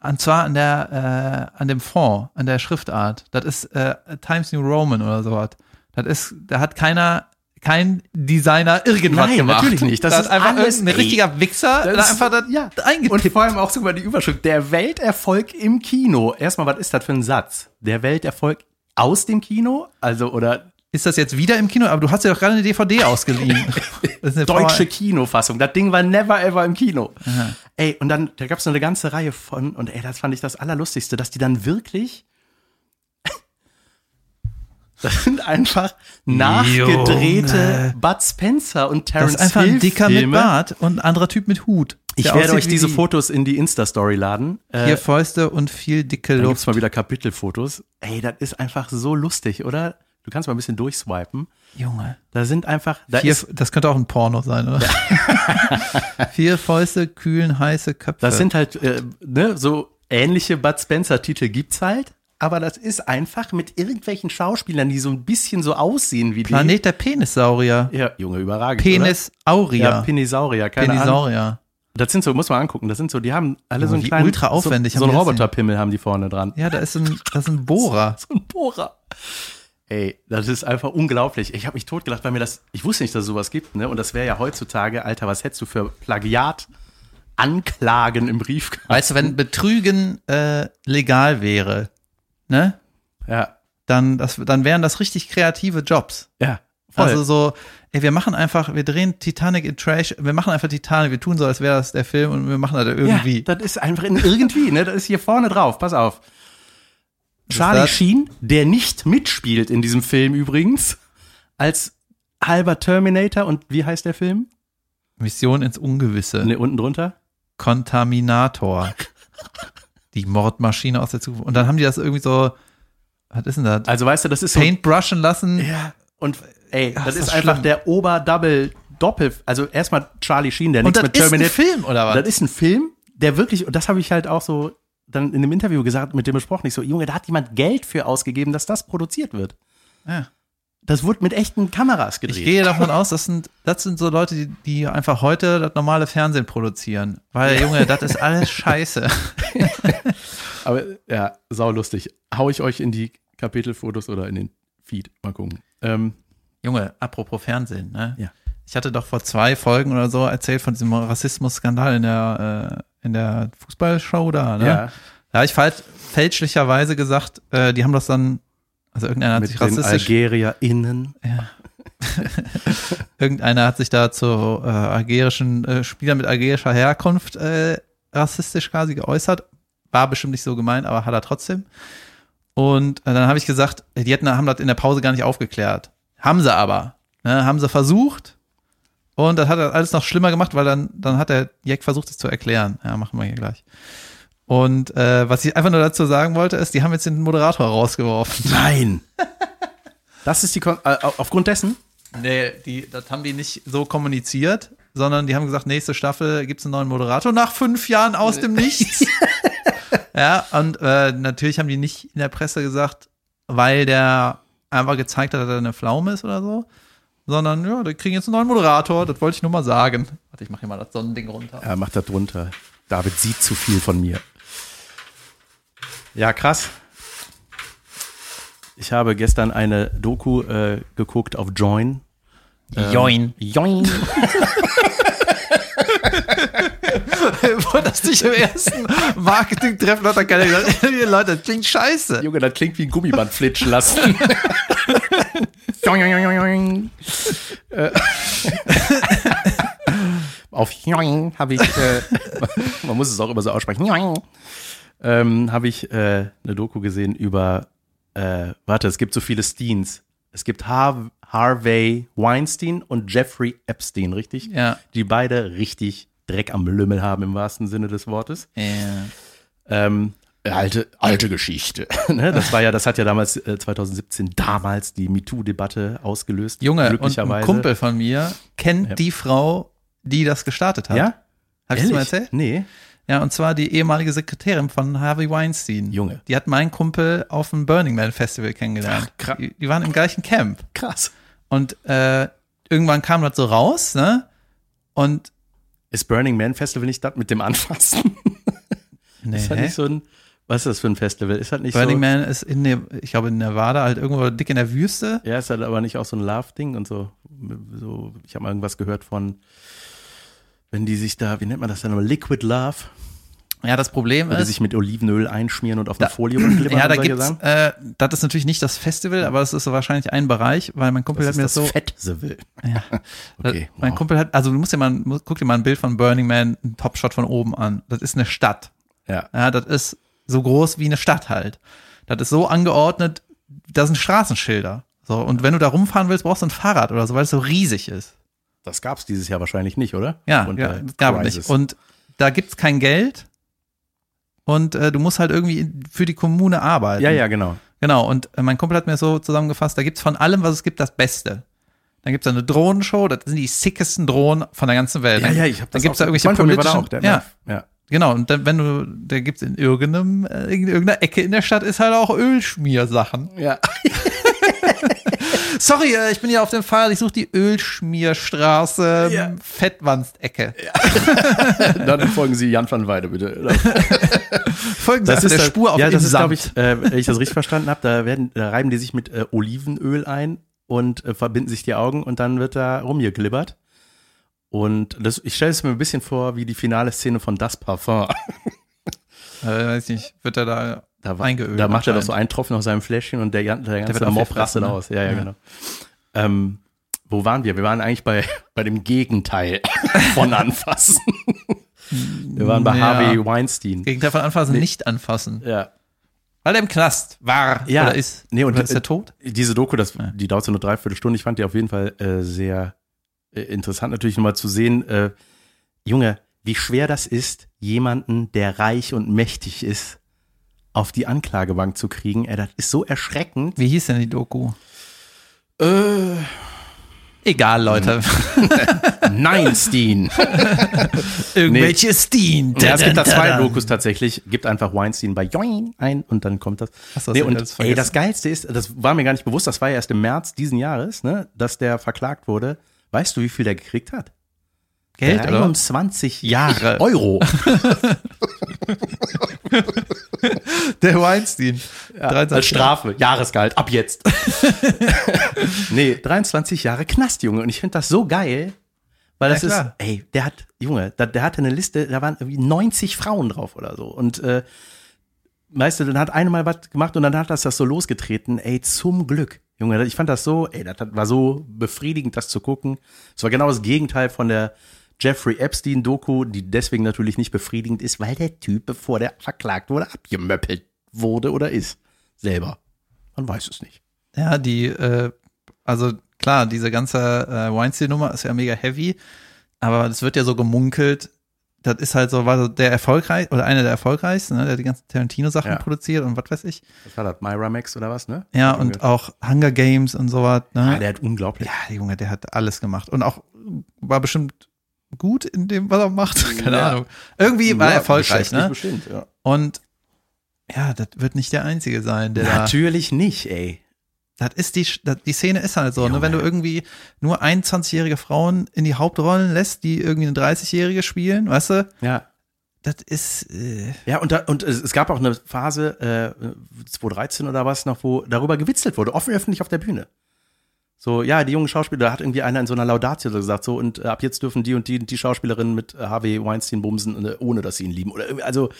Und zwar an der, äh, an dem Fond, an der Schriftart. Das ist äh, Times New Roman oder sowas. Das ist, da hat keiner, kein Designer irgendwas Nein, gemacht. natürlich nicht. Das Da ist hat einfach alles- irgendein ey. richtiger Wichser, Das da ist- einfach das ja. Und eingetippt. vor allem auch sogar die Überschrift, der Welterfolg im Kino. Erstmal, was ist das für ein Satz? Der Welterfolg aus dem Kino? Also, oder Ist das jetzt wieder im Kino? Aber du hast ja doch gerade eine DVD [LAUGHS] ausgeliehen. Das ist eine deutsche Frau- Kinofassung. Das Ding war never ever im Kino. Ey, und dann, da gab es eine ganze Reihe von, und ey, das fand ich das Allerlustigste, dass die dann wirklich. [LAUGHS] Das sind einfach nachgedrehte Bud Spencer und Das Terence ist einfach ein dicker mit Hill-Filme. Bart und ein anderer Typ mit Hut. Ich der werde aussieht euch wie diese die- Fotos in die Insta-Story laden. Äh, Hier Fäuste und viel dicke Da Luft. gibt's mal wieder Kapitelfotos. Ey, das ist einfach so lustig, oder? Du kannst mal ein bisschen durchswipen. Junge. Da sind einfach, da Vier, ist, das könnte auch ein Porno sein, oder? [LAUGHS] Vier Fäuste, kühlen, heiße Köpfe. das sind halt, äh, ne, so ähnliche Bud Spencer-Titel gibt's halt. Aber das ist einfach mit irgendwelchen Schauspielern, die so ein bisschen so aussehen wie Planet Ah, der Penissaurier. die. Ja, Junge, überragend. Penisauria. Oder? Ja, Penisaurier, keine Ahnung. Penisaurier. Das sind so, muss man angucken, das sind so, die haben alle so einen wie kleinen, ultra aufwendig so, so haben einen die das denn? Roboterpimmel haben die vorne dran. [LAUGHS] Ja, da ist ein, das ist ein Bohrer. So ein Bohrer. Ey, das ist einfach unglaublich. Ich habe mich totgelacht, weil mir das, ich wusste nicht, dass es sowas gibt, ne? Und das wäre ja heutzutage, Alter, was hättest du für Plagiat? Anklagen im Briefkasten. Weißt du, wenn Betrügen äh, legal wäre, ne? Ja. Dann, das, dann wären das richtig kreative Jobs. Ja. Voll. Also so, ey, wir machen einfach, wir drehen Titanic in Trash, wir machen einfach Titanic, wir tun so, als wäre das der Film und wir machen das irgendwie. Ja, das ist einfach in irgendwie, ne? Das ist hier vorne drauf, pass auf. Charlie Sheen, der nicht mitspielt in diesem Film übrigens, als halber Terminator und wie heißt der Film? Mission ins Ungewisse. Ne, unten drunter? Kontaminator. die Mordmaschine aus der Zukunft. Und dann haben die das irgendwie so, was ist denn das? Also weißt du, das ist Paintbrushen lassen. Ja. Und ey, das, ist, einfach der Ober-Double-Doppel. Also erstmal Charlie Sheen, der Und nichts das mit ist ein Terminator. Film, oder was? Das ist ein Film, der wirklich, und das habe ich halt auch so dann in dem Interview gesagt, mit dem besprochen, ich so, Junge, da hat jemand Geld für ausgegeben, dass das produziert wird. ja. Das wurde mit echten Kameras gedreht. Ich gehe davon aus, das sind, das sind so Leute, die, die einfach heute das normale Fernsehen produzieren. Weil, Junge, das ist [LAUGHS] alles scheiße. Aber ja, saulustig. Hau ich euch in die Kapitelfotos oder in den Feed. Mal gucken. Ähm, Junge, apropos Fernsehen, ne? Ja. Ich hatte doch vor zwei Folgen oder so erzählt von diesem Rassismus-Skandal in der, äh, in der Fußballshow da, ne? Ja. Da habe ich fal- fälschlicherweise gesagt, äh, die haben das dann, also irgendeiner hat mit sich den rassistisch AlgerierInnen. Irgendeiner hat sich da zu äh, algerischen äh, Spielern mit algerischer Herkunft äh, rassistisch quasi geäußert. War bestimmt nicht so gemeint, aber hat er trotzdem. Und äh, dann habe ich gesagt, die hätten, haben das in der Pause gar nicht aufgeklärt. Haben sie aber. Ne? Haben sie versucht. Und das hat er alles noch schlimmer gemacht, weil dann, dann hat der Jack versucht, es zu erklären. Ja, machen wir hier gleich. Und äh, was ich einfach nur dazu sagen wollte, ist, die haben jetzt den Moderator rausgeworfen. [LAUGHS] Nein! Das ist die Kon äh, aufgrund dessen? Nee, die, das haben die nicht so kommuniziert, sondern die haben gesagt, nächste Staffel gibt's einen neuen Moderator nach fünf Jahren aus dem Nichts. ja, und äh, natürlich haben die nicht in der Presse gesagt, weil der einfach gezeigt hat, dass er eine Pflaume ist oder so, sondern ja, die kriegen jetzt einen neuen Moderator, das wollte ich nur mal sagen. Warte, ich mache hier mal das Sonnending runter. Ja, mach da drunter. David sieht zu viel von mir. Ja, krass. Ich habe gestern eine Doku äh, geguckt auf Join. Ähm. Join. Join. [LAUGHS] Wurde das nicht im ersten Marketing-Treffen hat da keiner gesagt, ihr Leute, [LAUGHS] das klingt scheiße. Junge, das klingt wie ein Gummiband flitschen [LAUGHS] lassen. Join, join, join, join. Äh, auf Join habe ich, äh, man muss es auch immer so aussprechen, Join, ähm, habe ich äh, eine Doku gesehen über, äh, warte, es gibt so viele Steens. Es gibt Har Harvey Weinstein und Jeffrey Epstein, richtig? Ja. Die beide richtig Dreck am Lümmel haben im wahrsten Sinne des Wortes. ja. Ähm, alte, alte Geschichte. [LAUGHS] ne? Das war ja, das hat ja damals äh, 2017 damals die MeToo-Debatte ausgelöst. Junge, und ein glücklicherweise. Kumpel von mir kennt die Frau, die das gestartet hat. Ja? Hab ich Ehrlich? mal erzählt? Nee. Ja, und zwar die ehemalige Sekretärin von Harvey Weinstein. Junge. Die hat meinen Kumpel auf dem Burning Man Festival kennengelernt. Ach, krass. Die, die waren im gleichen Camp. Krass. Und äh, irgendwann kam das so raus, ne? Und Ist Burning Man Festival nicht das mit dem Anfassen? [LAUGHS] nee, Ist das nicht so ein, was ist das für ein Festival? Ist das nicht Burning so? Man ist in der, ich glaube in Nevada, halt irgendwo dick in der Wüste. Ja, ist das aber nicht auch so ein Love-Ding und so? so ich habe mal irgendwas gehört von, wenn die sich da, wie nennt man das denn, Liquid Love, Ja, das Problem wenn die ist. sich mit Olivenöl einschmieren und auf eine Da- Folie umklippern. Ja, und da solche gibt's, Sachen? äh, das ist natürlich nicht das Festival, aber das ist so wahrscheinlich ein Bereich, weil mein Kumpel Das hat ist mir das das so Festival. Ja. [LAUGHS] Okay, Äh, Mein wow. Kumpel hat, also du musst dir mal, ein- mu- guck dir mal ein Bild von Burning Man, ein Topshot von oben an. Das ist eine Stadt. Ja. Ja, das ist so groß wie eine Stadt halt. Das ist so angeordnet, da sind Straßenschilder. So, und wenn du da rumfahren willst, brauchst du ein Fahrrad oder so, weil es so riesig ist. Das gab es dieses Jahr wahrscheinlich nicht, oder? Ja, Und, ja äh, das gab es Crisis. nicht. Und da gibt's kein Geld. Und äh, du musst halt irgendwie für die Kommune arbeiten. ja, ja, genau. Genau, und äh, mein Kumpel hat mir so zusammengefasst, da gibt's von allem, was es gibt, das Beste. Dann gibt's da eine Drohnenshow, das sind die sickesten Drohnen von der ganzen Welt. Dann gibt's da irgendwelche politischen, ja, ja. ja. genau, und dann, wenn du, da gibt's in irgendeinem, äh, in irgendeiner Ecke in der Stadt ist halt auch Ölschmiersachen. Ja. Sorry, äh, ich bin ja auf dem Fahrrad, ich suche die Ölschmierstraße, Ja. ähm, Fettwanst-Ecke. [LAUGHS] Dann folgen Sie Jan van Weide, bitte. Folgen Sie also der das- Spur auf ja, dem das ist, Sand. glaube ich, äh, wenn ich das richtig verstanden habe, da, werden- da reiben die sich mit äh, Olivenöl ein und äh, verbinden sich die Augen und dann wird da rumgeglibbert. Und das, ich stelle es mir ein bisschen vor wie die finale Szene von Das Parfum. äh, weiß nicht, wird er da Da, war- eingeölt? da macht er doch so anscheinend. einen Tropfen aus seinem Fläschchen und der, gan- der ganze wird Mob rastet aufgefressen, ne? aus. Ja, ja, Ja. genau. Ähm, wo waren wir? Wir waren eigentlich bei, bei dem Gegenteil [LAUGHS] von Anfassen. Wir waren bei Ja. Harvey Weinstein. Gegenteil von anfassen, nicht anfassen. Ja, Weil er im Knast war Ja. oder ist. Nee, und- äh, oder ist er tot? diese Doku, das, Ja. die dauert so eine Dreiviertelstunde. Ich fand die auf jeden Fall äh, sehr äh, interessant, natürlich nochmal zu sehen, äh, Junge, wie schwer das ist, jemanden, der reich und mächtig ist, auf die Anklagebank zu kriegen. Ey, das ist so erschreckend. Wie hieß denn die Doku? Äh, Egal, Leute. Hm. nein, Steen. [LAUGHS] Irgendwelche Steen. ja, es gibt da zwei Dokus. Dokus tatsächlich. Gibt einfach Weinstein bei Join ein und dann kommt das. Hast du nee, das wieder und alles das ey, vergessen? das Geilste ist, das war mir gar nicht bewusst, das war ja erst im März diesen Jahres, ne, dass der verklagt wurde. Weißt du, wie viel der gekriegt hat? Geld, oder? [LAUGHS] 23 Jahre. [LAUGHS] [LAUGHS] Euro. Der Weinstein. Ja, Als Strafe, Jahresgehalt, ab [LAUGHS] jetzt. [LAUGHS] nee, 23 Jahre Knast, Junge. Und ich finde das so geil, weil das Ja, ist, klar. ey, der hat, Junge, da, der hatte eine Liste, da waren irgendwie 90 Frauen drauf oder so. Und äh, weißt du, dann hat eine mal was gemacht und dann hat das das so losgetreten, ey, zum Glück. Junge, ich fand das so, ey, das hat- war so befriedigend, das zu gucken. Es war genau das Gegenteil von der Jeffrey Epstein-Doku, die deswegen natürlich nicht befriedigend ist, weil der Typ, bevor der verklagt wurde, abgemöppelt wurde oder ist. Selber. Man weiß es nicht. Ja, die, äh, also klar, diese ganze äh, Weinstein-Nummer ist ja mega heavy, aber es wird ja so gemunkelt. Das ist halt so, war so der erfolgreich oder einer der erfolgreichsten, ne, der die ganzen Tarantino-Sachen Ja. produziert und was weiß ich. Was war das? Miramax oder was, ne? Ja, und auch Hunger Games und sowas. Ah, Ne? der hat unglaublich. ja, der Junge, der hat alles gemacht und auch war bestimmt gut in dem, was er macht. [LAUGHS] Keine Ja. Ahnung. Irgendwie war er Ja, erfolgreich, geschäftlich ne? Bestimmt, ja. Und ja, das wird nicht der Einzige sein, der da Natürlich nicht, ey. Das ist die, das, die Szene ist halt so, Junge. ne? Wenn du irgendwie nur 21-jährige Frauen in die Hauptrollen lässt, die irgendwie eine 30-jährige spielen, weißt du? Ja. Das ist, äh, Ja, und, da, und es es gab auch eine Phase, äh, 2013 oder was noch, wo darüber gewitzelt wurde, offen öffentlich auf der Bühne. So, ja, die jungen Schauspieler, da hat irgendwie einer in so einer Laudatio so gesagt, so, und äh, ab jetzt dürfen die und die, und die Schauspielerinnen mit äh, Harvey Weinstein bumsen, äh, ohne dass sie ihn lieben. Oder, irgendwie- also,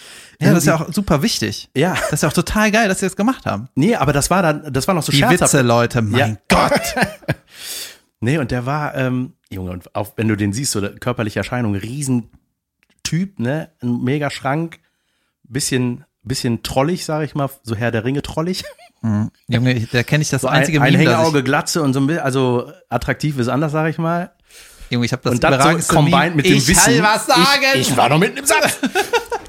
ja, das ist ja irgendwie- auch super wichtig. [LAUGHS] Ja, Das ist ja auch total geil, dass sie das gemacht haben. nee, aber das war dann, das war noch so Die Witze, Leute, mein Gott! nee, und der war, ähm, Junge, und auch wenn du den siehst, so der- körperliche Erscheinung, Riesentyp, ne? Ein mega Schrank, bisschen, bisschen trollig, sage ich mal, so Herr der Ringe [LAUGHS] trollig. Junge, ich, da kenne ich das So einzige ein, ein Meme, das Hängeauge, Glatze und so ein bisschen, also attraktiv ist anders, sage ich mal. ich, Junge, ich habe das Und das überragendste so combined mit dem ich Wissen. Ich will was sagen. Ich, ich war noch mitten im Satz. [LAUGHS]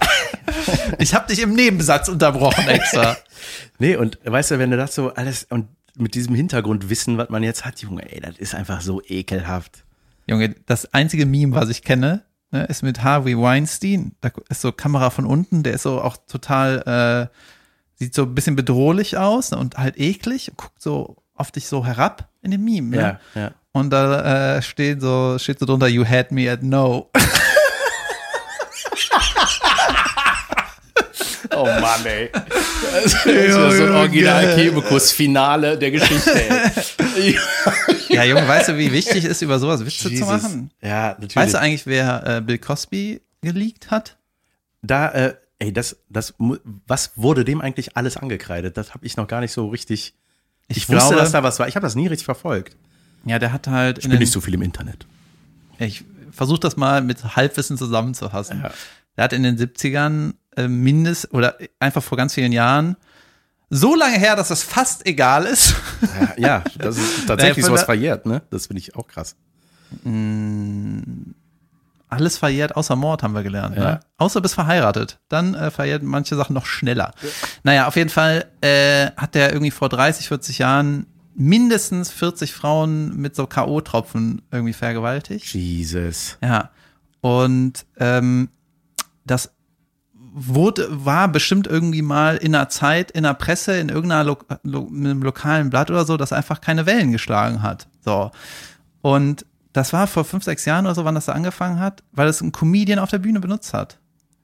ich habe dich im Nebensatz [LAUGHS] unterbrochen extra. Nee, und weißt du, wenn du das so alles und mit diesem Hintergrundwissen, was man jetzt hat, Junge, ey, das ist einfach so ekelhaft. Junge, das einzige Meme, was ich kenne, ne, ist mit Harvey Weinstein. Da ist so Kamera von unten, der ist so auch total, äh, sieht so ein bisschen bedrohlich aus ne, und halt eklig, und guckt so auf dich so herab in dem Meme. Ne? ja. Und da äh, steht so, steht so drunter, you had me [LAUGHS] at no. Oh Mann, ey. Das ist ja so ein Also, Junge. original Kebekus-Finale der Geschichte, ey. [LAUGHS] ja, Junge, weißt du, wie wichtig ist, über sowas Witze zu Jesus. machen? Ja, natürlich. Weißt du eigentlich, wer äh, Bill Cosby geleakt hat? da, äh, ey, das, das, mu- was wurde dem eigentlich alles angekreidet? Das habe ich noch gar nicht so richtig. Ich, wusste, dass da was war. Ich habe das nie richtig verfolgt. ja, der hat halt in Bin den nicht so viel im Internet. Ich versuche das mal mit Halbwissen zusammenzufassen. Ja. Der hat in den 70ern äh, mindest oder einfach vor ganz vielen Jahren so lange her, dass das fast egal ist. [LAUGHS] Ja, das ist tatsächlich tatsächlich sowas sowas verjährt, ne? Das finde ich auch krass. Alles verjährt außer Mord, haben wir gelernt. Ja. Ne? Außer bis verheiratet. Dann äh, verjährt manche Sachen noch schneller. Naja, auf jeden Fall äh, hat der irgendwie vor 30, 40 Jahren mindestens 40 Frauen mit so K.O.-Tropfen irgendwie vergewaltigt. Jesus. Ja. Und ähm, das wurde, war bestimmt irgendwie mal in einer Zeit, in der Presse, in irgendeiner lo lo einem lokalen Blatt oder so, das einfach keine Wellen geschlagen hat. So. Und das war vor fünf, sechs Jahren oder so, wann das da angefangen hat, weil es ein Comedian auf der Bühne benutzt hat.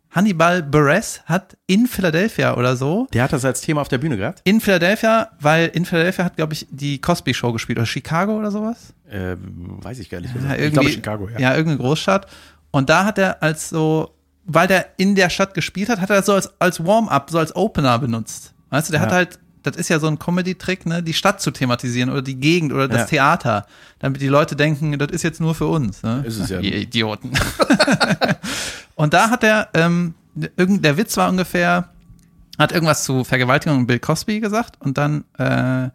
Hannibal Buress hat in Philadelphia oder so. Der hat das als Thema auf der Bühne gehabt? In Philadelphia, weil in Philadelphia hat, glaube ich, die Cosby Show gespielt oder Chicago oder sowas. Ähm, weiß ich gar nicht. Ja, ich glaube Chicago, ja. Ja, irgendeine Großstadt. Und da hat er als so, weil der in der Stadt gespielt hat, hat er das so als, als Warm-up, so als Opener benutzt. Weißt du, der Ja. hat halt, das ist ja so ein Comedy-Trick, ne, die Stadt zu thematisieren oder die Gegend oder das Theater, damit die Leute denken, das ist jetzt nur für uns. Ne? Ist es ja. Ihr Idioten. [LAUGHS] Und da hat er, ähm, irgend, der Witz war ungefähr, hat irgendwas zu Vergewaltigung und Bill Cosby gesagt und dann äh,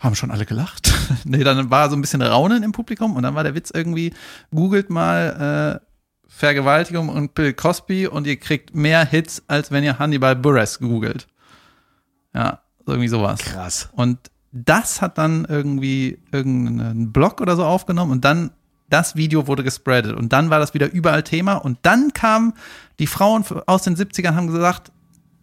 haben schon alle gelacht. [LAUGHS] nee, dann war so ein bisschen Raunen im Publikum und dann war der Witz irgendwie, googelt mal äh, Vergewaltigung und Bill Cosby und ihr kriegt mehr Hits, als wenn ihr Hannibal Buress googelt. Ja, irgendwie sowas. Krass. Und das hat dann irgendwie irgendeinen Blog oder so aufgenommen und dann das Video wurde gespreadet und dann war das wieder überall Thema und dann kamen die Frauen aus den 70ern haben gesagt,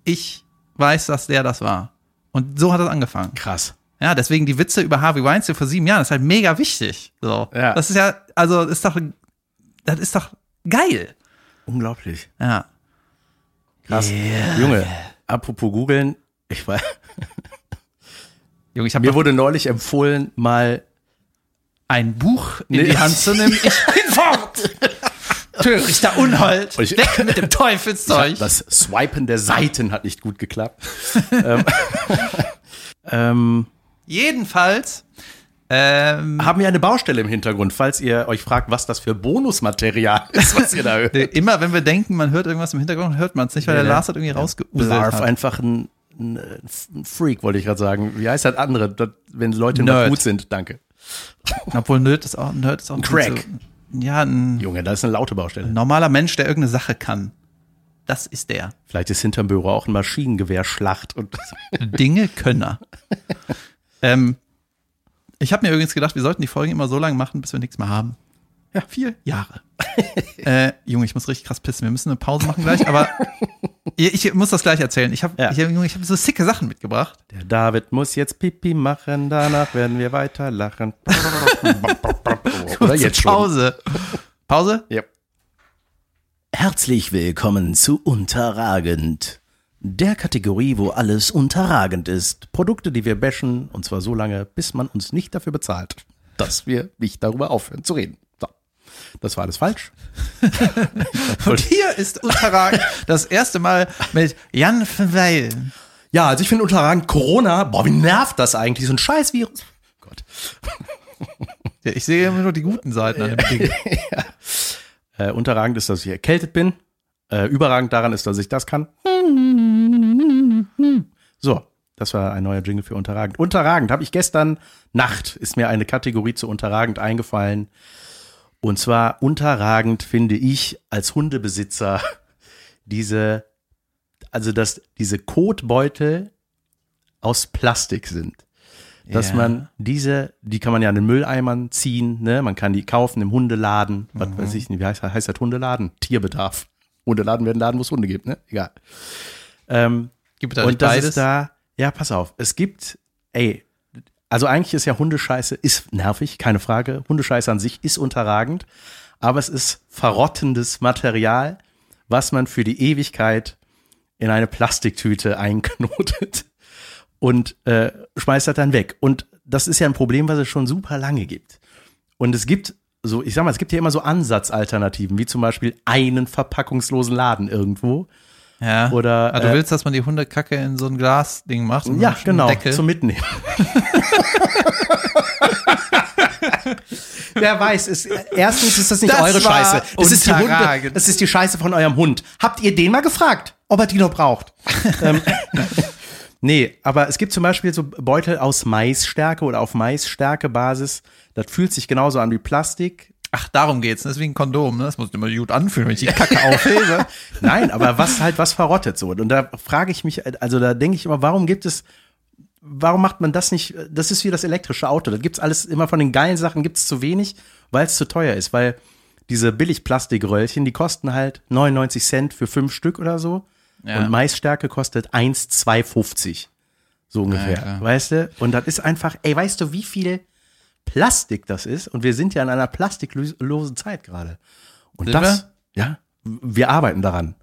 ich weiß, dass der das war. Und so hat das angefangen. Krass. Ja, deswegen die Witze über Harvey Weinstein vor sieben Jahren ist halt mega wichtig. So. Ja. Das ist ja, also ist doch, das ist doch geil. Unglaublich. Ja. Krass. Junge, apropos googeln, ich war, [LAUGHS] Junge, ich habe mir wurde neulich empfohlen, mal ein Buch in Nee. die Hand zu [LAUGHS] nehmen. Ich bin fort. Törichter Unhold. Ich- Weg mit dem Teufelszeug. das Swipen der Seiten hat nicht gut [LAUGHS] geklappt. ähm, [LAUGHS] ähm, Jedenfalls. Ähm, haben wir eine Baustelle im Hintergrund, falls ihr euch fragt, was das für Bonusmaterial [LAUGHS] ist, was ihr da hört. immer wenn wir denken, man hört irgendwas im Hintergrund, hört man es nicht, weil der der Lars hat irgendwie rausgeuselt. Blarf, hat. einfach ein, ein, ein Freak, wollte ich gerade sagen. Wie heißt das andere, das, wenn Leute Nerd. noch gut sind? Danke. Obwohl Nerd ist auch, Nerd ist auch ein Crack. Ja, ein Junge, da ist eine laute Baustelle. normaler Mensch, der irgendeine Sache kann. Das ist der. Vielleicht ist hinterm Büro auch ein Maschinengewehrschlacht. Und [LAUGHS] Dinge Könner. ähm, ich habe mir übrigens gedacht, wir sollten die Folgen immer so lange machen, bis wir nichts mehr haben. ja, viel. Jahre. [LAUGHS] äh, Junge, ich muss richtig krass pissen. Wir müssen eine Pause machen gleich, aber ich, ich muss das gleich erzählen. Ich habe Ja. ich, Junge, ich hab so sicke Sachen mitgebracht. Der David muss jetzt Pipi machen, danach werden wir weiter lachen. [LAUGHS] Oder Kurze jetzt schon. Pause. Pause? Ja. Herzlich willkommen zu Unterragend. Der Kategorie, wo alles unterragend ist. Produkte, die wir bashen, und zwar so lange, bis man uns nicht dafür bezahlt, dass wir nicht darüber aufhören zu reden. So. Das war alles falsch. Und hier ist Unterragend das erste Mal mit Jan Verweilen. Ja, also ich finde unterragend Corona, boah, wie nervt das eigentlich, so ein Scheißvirus. Gott. Ja, ich sehe immer nur die guten Seiten an dem Ding. Äh, unterragend ist, dass ich erkältet bin. Äh, überragend daran ist, dass ich das kann. So, das war ein neuer Jingle für unterragend. Unterragend habe ich gestern Nacht, ist mir eine Kategorie zu unterragend eingefallen. Und zwar unterragend finde ich als Hundebesitzer [LAUGHS] diese, also dass diese Kotbeutel aus Plastik sind dass Ja. man diese, die kann man ja in den Mülleimern ziehen, ne? Man kann die kaufen im Hundeladen, was weiß ich nicht, wie heißt, heißt das Hundeladen? Tierbedarf. Hundeladen werden Laden, wo es Hunde gibt, ne? Egal. Ähm, Gibt da nicht und das beides? ist da, ja, pass auf, es gibt, ey, also eigentlich ist ja Hundescheiße, ist nervig, keine Frage. Hundescheiße an sich ist unterragend, aber es ist verrottendes Material, was man für die Ewigkeit in eine Plastiktüte [LAUGHS] einknotet und äh, schmeißt das dann weg. Und das ist ja ein Problem, was es schon super lange gibt. Und es gibt so, ich sag mal, es gibt ja immer so Ansatzalternativen, wie zum Beispiel einen verpackungslosen Laden irgendwo. Ja. Oder, ah, du äh, willst, dass man die Hundekacke in so ein Glasding macht? und Ja, einen genau, Deckel? zum Mitnehmen. [LAUGHS] Wer weiß, ist, erstens ist das nicht Das eure war Scheiße. Das ist, die Hunde, unterragend. das ist die Scheiße von eurem Hund. Habt ihr den mal gefragt, ob er die noch [LAUGHS] braucht? ähm, nee, aber es gibt zum Beispiel so Beutel aus Maisstärke oder auf Maisstärke-Basis. Das fühlt sich genauso an wie Plastik. Ach, darum geht's. ne? Das ist wie ein Kondom. Ne? Das muss ich immer gut anfühlen, wenn ich die Kacke aufhebe. Nein, aber was halt was verrottet so. Und da frage ich mich, also da denke ich immer, warum gibt es, warum macht man das nicht? Das ist wie das elektrische Auto. Da gibt's alles immer von den geilen Sachen gibt's zu wenig, weil es zu teuer ist. Weil diese Billigplastikröllchen, die kosten halt 99 Cent für fünf Stück oder so. Ja. Und Maisstärke kostet 1,250. So ungefähr. klar. weißt du? Und das ist einfach, ey, weißt du, wie viel Plastik das ist? Und wir sind ja in einer plastiklosen Zeit gerade. Und Sind das, ja, wir arbeiten daran. ne?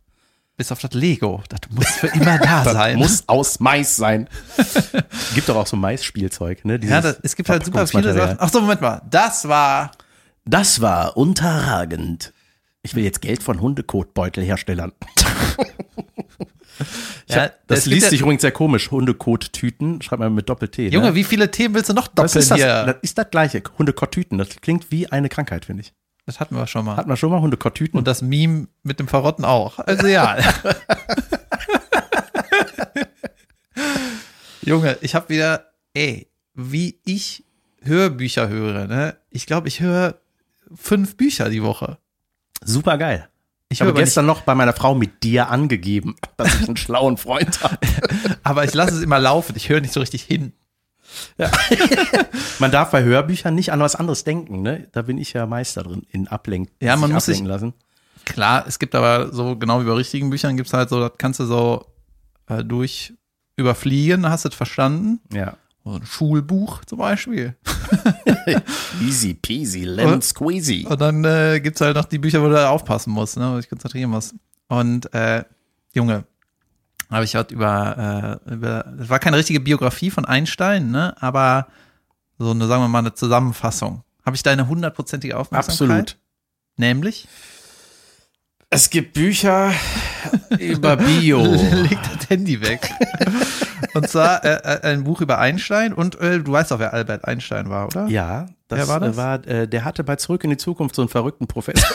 Bis auf das Lego. Das [LAUGHS] muss für immer da sein. [LAUGHS] Muss aus Mais sein. Gibt doch auch so Mais-Spielzeug, ne? ja, Dieses das, es gibt halt super viele Verpackungsmaterial. Sachen. Ach so, Moment mal. Das war Das war unterragend. Ich will jetzt Geld von Hundekotbeutelherstellern. Ich Ja, hab, das es gibt liest ja- sich übrigens sehr komisch. Hundekottüten, schreibt man mit Doppel-T. Junge, ne? wie viele Themen willst du noch doppeln das ist das, hier? das ist das gleiche. Hundekottüten, das klingt wie eine Krankheit, finde ich. Das hatten wir schon mal. Hatten wir schon mal Hundekottüten? Und das Meme mit dem Verrotten auch. [LAUGHS] Also ja. [LAUGHS] Junge, ich habe wieder, ey, wie ich Hörbücher höre, ne? Ich glaube, ich höre fünf Bücher die Woche. Super geil. Ich Ich habe höre aber gestern noch bei meiner Frau mit dir angegeben, dass ich [LAUGHS] einen schlauen Freund habe. nicht, aber ich lasse es immer laufen. Ich höre nicht so richtig hin. Man darf bei Hörbüchern nicht an was anderes denken, ne? Da bin ich ja Meister drin, in Ablenken. Ja, man muss ablenken lassen. Klar, es gibt aber so, genau wie bei richtigen Büchern, gibt's halt so, das kannst du so äh, durch überfliegen, hast du es verstanden. Ja. So ein Schulbuch zum Beispiel. Easy peasy, lemon squeezy. Und dann äh, gibt's halt noch die Bücher, wo du da aufpassen musst, ne, wo du dich konzentrieren musst. Und äh, Junge, habe ich halt über, äh, über, das war keine richtige Biografie von Einstein, ne, aber so eine, sagen wir mal, eine Zusammenfassung. Habe ich da eine hundertprozentige Aufmerksamkeit? Absolut. Nämlich? Es gibt Bücher [LAUGHS] über Bio. Leg das Handy [LAUGHS] weg. und zwar äh, äh, ein Buch über Einstein und äh, du weißt auch, wer Albert Einstein war, oder? Ja, das, Wer war das? äh, war äh, der hatte bei Zurück in die Zukunft so einen verrückten Professor.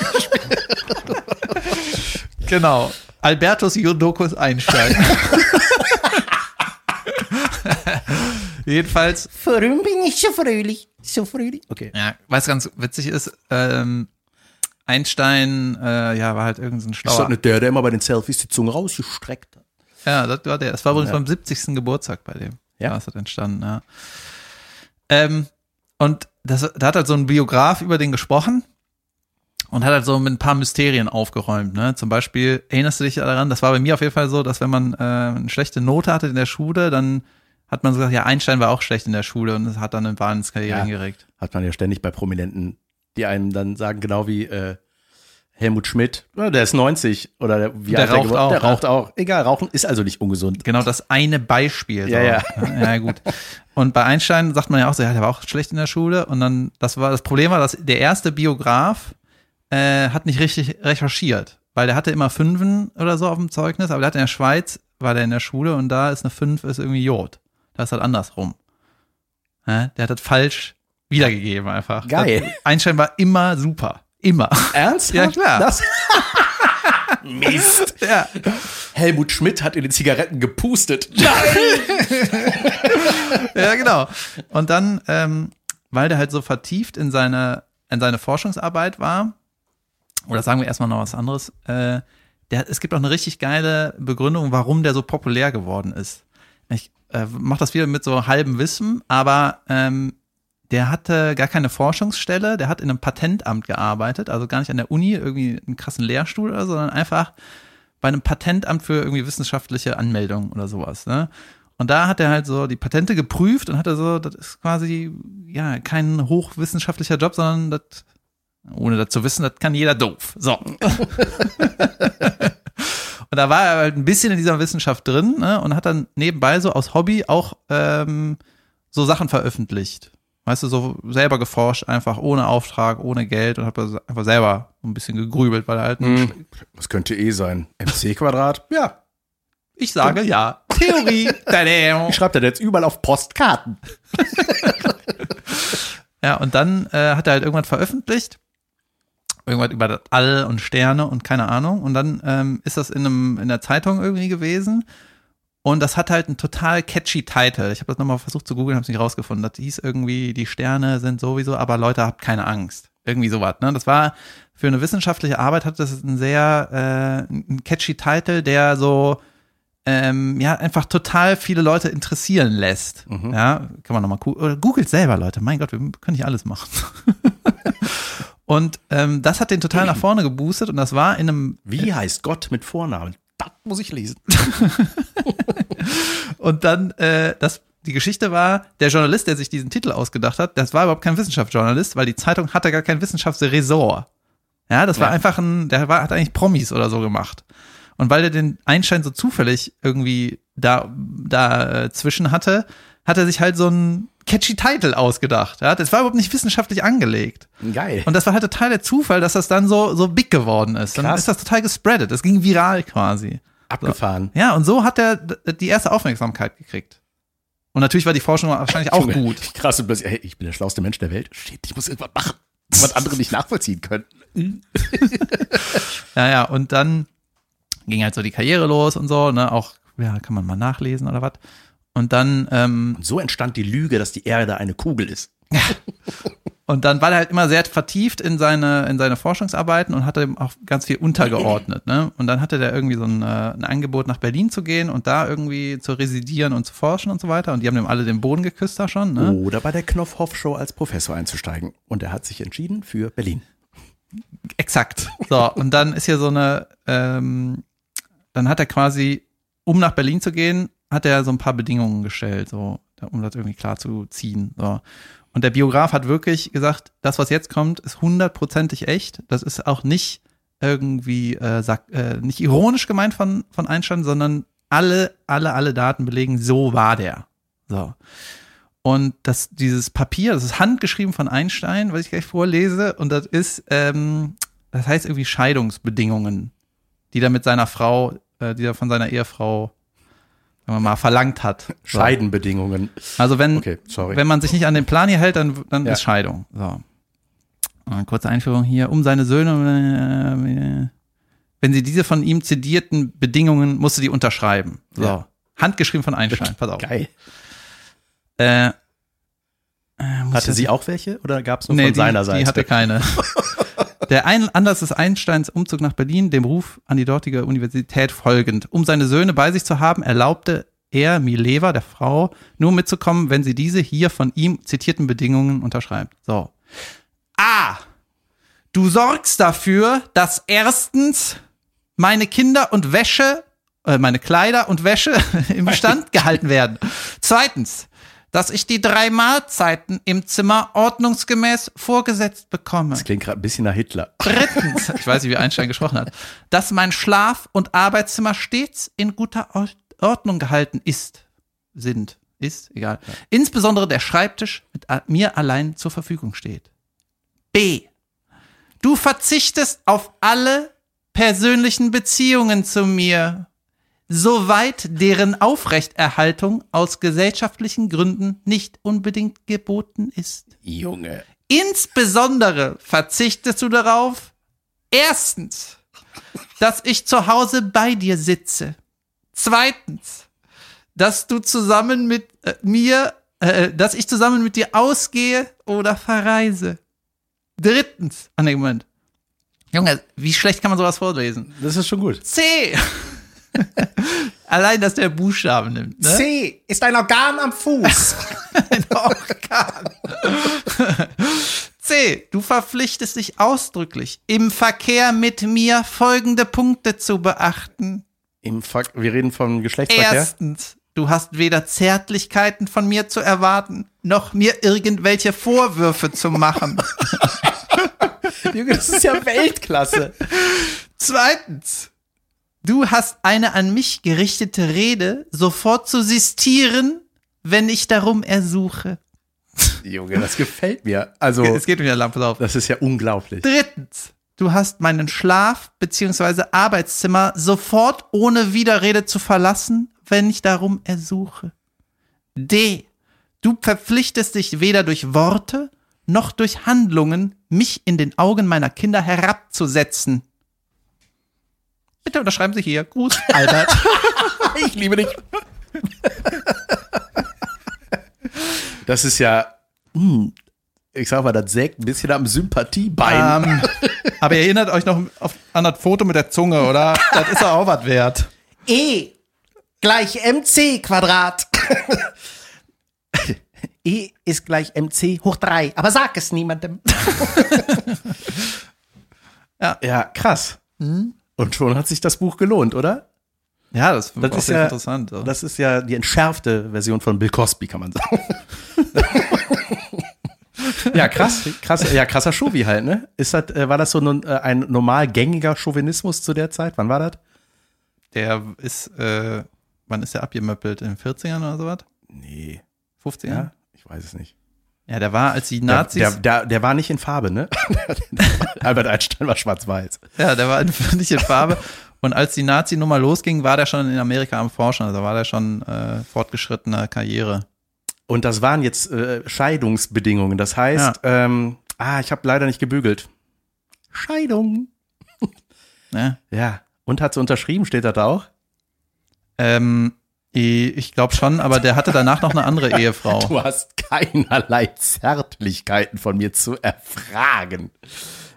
Genau. Albertus Jodokus Einstein. [LAUGHS] Jedenfalls, [LAUGHS] Warum bin ich so fröhlich? So fröhlich? Okay. ja, was ganz witzig ist, ähm, Einstein, äh, ja, war halt irgendein so Ist schlauer. das nicht der, der immer bei den Selfies die Zunge rausgestreckt hat? ja, das war der. Das war übrigens Ja. beim 70. Geburtstag bei dem. Ja. Da ist das entstanden, ja. Ähm, und das, da hat halt so ein Biograf über den gesprochen und hat halt so mit ein paar Mysterien aufgeräumt. Ne? Zum Beispiel, erinnerst du dich daran, das war bei mir auf jeden Fall so, dass wenn man äh, eine schlechte Note hatte in der Schule, dann hat man so gesagt, ja, Einstein war auch schlecht in der Schule und das hat dann eine Wahnsinnskarriere Ja. angeregt. Hat man ja ständig bei Prominenten, die einem dann sagen, genau wie äh, Helmut Schmidt, "Ja, der ist 90 oder der, wie Der alt raucht geworden- auch, ne? der ja. raucht auch. Egal, rauchen ist also nicht ungesund. Genau das eine Beispiel. So. Ja, ja. ja, gut. Und bei Einstein sagt man ja auch so, ja, der war auch schlecht in der Schule. Und dann, das war, das Problem war, dass der erste Biograf äh, hat nicht richtig recherchiert, weil der hatte immer Fünfen oder so auf dem Zeugnis, aber der hat in der Schweiz, war der in der Schule und da ist eine Fünf, ist irgendwie Jod. Da ist halt andersrum. Ja, der hat das falsch wiedergegeben einfach. Geil. Einstein war immer super. Immer. Ernst? Ja, klar. Das [LAUGHS] Mist. Ja. Helmut Schmidt hat in den Zigaretten gepustet. [LAUGHS] ja, genau. Und dann, ähm, weil der halt so vertieft in seine, in seine Forschungsarbeit war, oder sagen wir erstmal noch was anderes, äh, der, es gibt auch eine richtig geile Begründung, warum der so populär geworden ist. Ich äh, mach das wieder mit so halbem Wissen, aber ähm, der hatte gar keine Forschungsstelle, der hat in einem Patentamt gearbeitet, also gar nicht an der Uni, irgendwie einen krassen Lehrstuhl oder so, sondern einfach bei einem Patentamt für irgendwie wissenschaftliche Anmeldungen oder sowas. Ne? Und da hat er halt so die Patente geprüft und hatte so, das ist quasi ja kein hochwissenschaftlicher Job, sondern das, ohne das zu wissen, das kann jeder doof. So. und da war er halt ein bisschen in dieser Wissenschaft drin ne? und hat dann nebenbei so aus Hobby auch ähm, so Sachen veröffentlicht. Weißt du, so selber geforscht, einfach ohne Auftrag, ohne Geld und hat einfach selber so ein bisschen gegrübelt, weil er halt ein Was Mhm. könnte eh sein? MC Quadrat? Ja. Ich sage ja. Theorie. Tadam. Ich schreibe das jetzt überall auf Postkarten. ja, und dann äh, hat er halt irgendwann veröffentlicht. Irgendwas über das All und Sterne und keine Ahnung. Und dann ähm, ist das in, einem, in der Zeitung irgendwie gewesen. Und das hat halt einen total catchy Titel. Ich habe das nochmal versucht zu googeln, habe es nicht rausgefunden. Das hieß irgendwie, die Sterne sind sowieso, aber Leute, habt keine Angst. Irgendwie sowas. Ne? Das war für eine wissenschaftliche Arbeit, hat das einen sehr äh, einen catchy Titel, der so ähm, ja einfach total viele Leute interessieren lässt. Ja, kann man nochmal googeln. Googelt selber, Leute. Mein Gott, wir können nicht alles machen. [LAUGHS] und ähm, das hat den total nach vorne geboostet und das war in einem Wie heißt Gott mit Vornamen? Das muss ich lesen. Und dann, äh, das, die Geschichte war, der Journalist, der sich diesen Titel ausgedacht hat, das war überhaupt kein Wissenschaftsjournalist, weil die Zeitung hatte gar kein Wissenschaftsresort. Ja, das war Ja. einfach ein, der war, hat eigentlich Promis oder so gemacht. Und weil er den Einstein so zufällig irgendwie da, da äh, zwischen hatte, hat er sich halt so einen catchy Titel ausgedacht. Ja, das war überhaupt nicht wissenschaftlich angelegt. Geil. Und das war halt total der Zufall, dass das dann so, so big geworden ist. Dann Krass. ist das total gespreadet. Das ging viral quasi. Abgefahren. Ja, und so hat er d- die erste Aufmerksamkeit gekriegt. Und natürlich war die Forschung wahrscheinlich auch Junge, gut. Krass, und plötzlich, hey, ich bin der schlauste Mensch der Welt. Shit, ich muss irgendwas machen, was andere nicht nachvollziehen können. Ja, ja, und dann ging halt so die Karriere los und so, ne, auch, ja, kann man mal nachlesen oder was. Und dann, ähm, Und so entstand die Lüge, dass die Erde eine Kugel ist. und dann war er halt immer sehr vertieft in seine, in seine Forschungsarbeiten und hatte eben auch ganz viel untergeordnet, ne. Und dann hatte der irgendwie so ein, äh, ein Angebot, nach Berlin zu gehen und da irgendwie zu residieren und zu forschen und so weiter. Und die haben dem alle den Boden geküsst da schon, ne. Oder bei der Knopfhoff-Show als Professor einzusteigen. Und er hat sich entschieden für Berlin. Exakt. So, und dann ist hier so eine, ähm, dann hat er quasi, um nach Berlin zu gehen, hat er so ein paar Bedingungen gestellt, so, um das irgendwie klar zu ziehen. So. Und der Biograf hat wirklich gesagt, das, was jetzt kommt, ist hundertprozentig echt. Das ist auch nicht irgendwie, äh, sag, äh, nicht ironisch gemeint von, von Einstein, sondern alle, alle, alle Daten belegen, so war der. So. Und das, dieses Papier, das ist handgeschrieben von Einstein, was ich gleich vorlese, und das ist, ähm, das heißt irgendwie Scheidungsbedingungen, die er mit seiner Frau, äh, die er von seiner Ehefrau, sagen wir mal, verlangt hat. So. Scheidenbedingungen. Also wenn, Okay, sorry. wenn man sich nicht an den Plan hier hält, dann, dann Ja. ist Scheidung. So. Äh, Kurze Einführung hier. Um seine Söhne, äh, wenn sie diese von ihm zitierten Bedingungen, musste die unterschreiben. So. Ja. Handgeschrieben [LAUGHS] von Einstein. Pass auf. Geil. Äh, äh, muss ich Hatte das- sie auch welche oder gab es nur von die, seiner Seite? Die [LAUGHS] hatte keine. Der ein Anlass des Einsteins Umzug nach Berlin, dem Ruf an die dortige Universität folgend. Um seine Söhne bei sich zu haben, erlaubte er Mileva, der Frau, nur mitzukommen, wenn sie diese hier von ihm zitierten Bedingungen unterschreibt. So. A. Du sorgst dafür, dass erstens meine Kinder und Wäsche, äh, meine Kleider und Wäsche [LAUGHS] im Stand gehalten werden. Zweitens, dass ich die drei Mahlzeiten im Zimmer ordnungsgemäß vorgesetzt bekomme. Das klingt gerade ein bisschen nach Hitler. Drittens, ich weiß nicht, wie Einstein gesprochen hat, dass mein Schlaf- und Arbeitszimmer stets in guter Or- Ordnung gehalten ist, sind, ist, egal. Insbesondere der Schreibtisch mit a- mir allein zur Verfügung steht. B. Du verzichtest auf alle persönlichen Beziehungen zu mir, soweit deren Aufrechterhaltung aus gesellschaftlichen Gründen nicht unbedingt geboten ist. Junge. Insbesondere verzichtest du darauf, erstens, dass ich zu Hause bei dir sitze. Zweitens, dass du zusammen mit äh, mir, äh, dass ich zusammen mit dir ausgehe oder verreise. Drittens, an dem Moment. Junge, wie schlecht kann man sowas vorlesen? Das ist schon gut. C. [LAUGHS] Allein, dass der Buchstaben nimmt. Ne? C ist ein Organ am Fuß. Organ. [LAUGHS] C. Du verpflichtest dich ausdrücklich, im Verkehr mit mir folgende Punkte zu beachten. Im Ver Wir reden von Geschlechtsverkehr. Erstens, du hast weder Zärtlichkeiten von mir zu erwarten, noch mir irgendwelche Vorwürfe zu machen. Junge, [LAUGHS] das ist ja Weltklasse. Zweitens, du hast eine an mich gerichtete Rede sofort zu sistieren, wenn ich darum ersuche. Junge, das gefällt mir. Also, Es geht wieder Lampe auf. das ist ja unglaublich. Drittens, du hast meinen Schlaf- bzw. Arbeitszimmer sofort ohne Widerrede zu verlassen, wenn ich darum ersuche. D. Du verpflichtest dich weder durch Worte noch durch Handlungen, mich in den Augen meiner Kinder herabzusetzen. Bitte unterschreiben Sie [LAUGHS] hier. Gruß, Albert. Ich liebe dich. Das ist ja, hm, ich sag mal, das sägt ein bisschen am Sympathiebein. Ähm, aber ihr erinnert euch noch auf, an das Foto mit der Zunge, [LAUGHS] oder? Das ist ja auch was wert. E gleich mc [LAUGHS] Quadrat. e ist gleich mc hoch 3. Aber sag es niemandem. Ja. Hm? ja, krass. Und schon hat sich das Buch gelohnt, oder? Ja, das, Das war ist sehr ja- interessant. so. Das ist ja die entschärfte Version von Bill Cosby, kann man sagen. ja, krass, krass, ja, krasser Chauvi halt, ne? Ist das, äh, war das so nun, äh, ein normal gängiger Chauvinismus zu der Zeit? Wann war das? der ist, äh, wann ist der abgemöppelt? In den 40ern oder sowas? Nee, 50ern? ja, Ja, ich weiß es nicht. der war, als die Nazis, Der, der, der, der war nicht in Farbe, ne? [LAUGHS] Albert Einstein war schwarz-weiß. ja, der war in, [LAUGHS] nicht in Farbe. Und als die Nazi-Nummer losging, war der schon in Amerika am Forschen. Also war der schon äh, fortgeschrittener Karriere. Und das waren jetzt äh, Scheidungsbedingungen. Das heißt, ähm, ah, ich habe leider nicht gebügelt. Scheidung. Ne? Ja. Und hat sie unterschrieben, steht das da auch? Ähm, ich ich glaube schon, aber der hatte danach noch [LAUGHS] eine andere Ehefrau. Du hast keinerlei Zärtlichkeiten von mir zu erfragen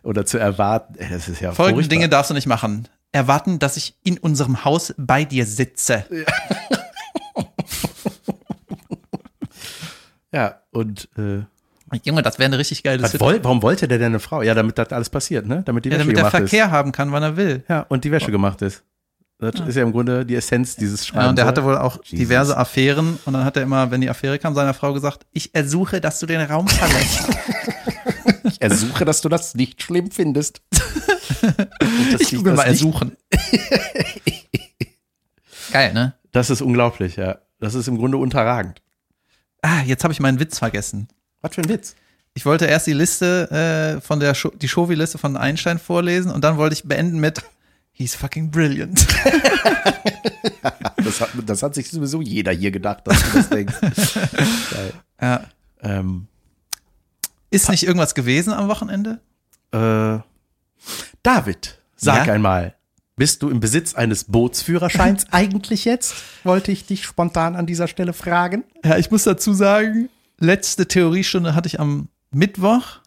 oder zu erwarten. Ey, Das ist ja Folgende furchtbar. Dinge darfst du nicht machen. Erwarten, dass ich in unserem Haus bei dir sitze. Ja, und äh, Junge, das wäre eine richtig geile was Sitz- woll, warum wollte der denn eine Frau? Ja, damit das alles passiert, ne? Damit die ja, Wäsche damit der gemacht ist. Verkehr haben kann, wann er will. Ja, und die Wäsche gemacht ist. Das ist ja im Grunde die Essenz dieses Schreibens. Ja, und der hatte oder? wohl auch Also, Jesus. diverse Affären und dann hat er immer, wenn die Affäre kam, seiner Frau gesagt, ich ersuche, dass du den Raum verlässt. ich ersuche, dass du das nicht schlimm [LAUGHS] findest. Und dass [LAUGHS] ich das nicht- [LAUGHS] ersuchen. Geil, ne? Das ist unglaublich, ja. Das ist im Grunde unterragend. Ah, jetzt habe ich meinen Witz vergessen. Was für ein Witz. Ich wollte erst die Liste äh, von der Scho die Chauvi-Liste von Einstein vorlesen und dann wollte ich beenden mit He's fucking brilliant. [LAUGHS] Das hat, das hat sich sowieso jeder hier gedacht, dass du das [LAUGHS] denkst. Geil. ja. Ähm, Ist nicht irgendwas gewesen am Wochenende? Äh, David, sag Ja? einmal, bist du im Besitz eines [LAUGHS] Bootsführerscheins eigentlich jetzt? Wollte ich dich spontan an dieser Stelle fragen. Ja, ich muss dazu sagen, letzte Theoriestunde hatte ich am Mittwoch,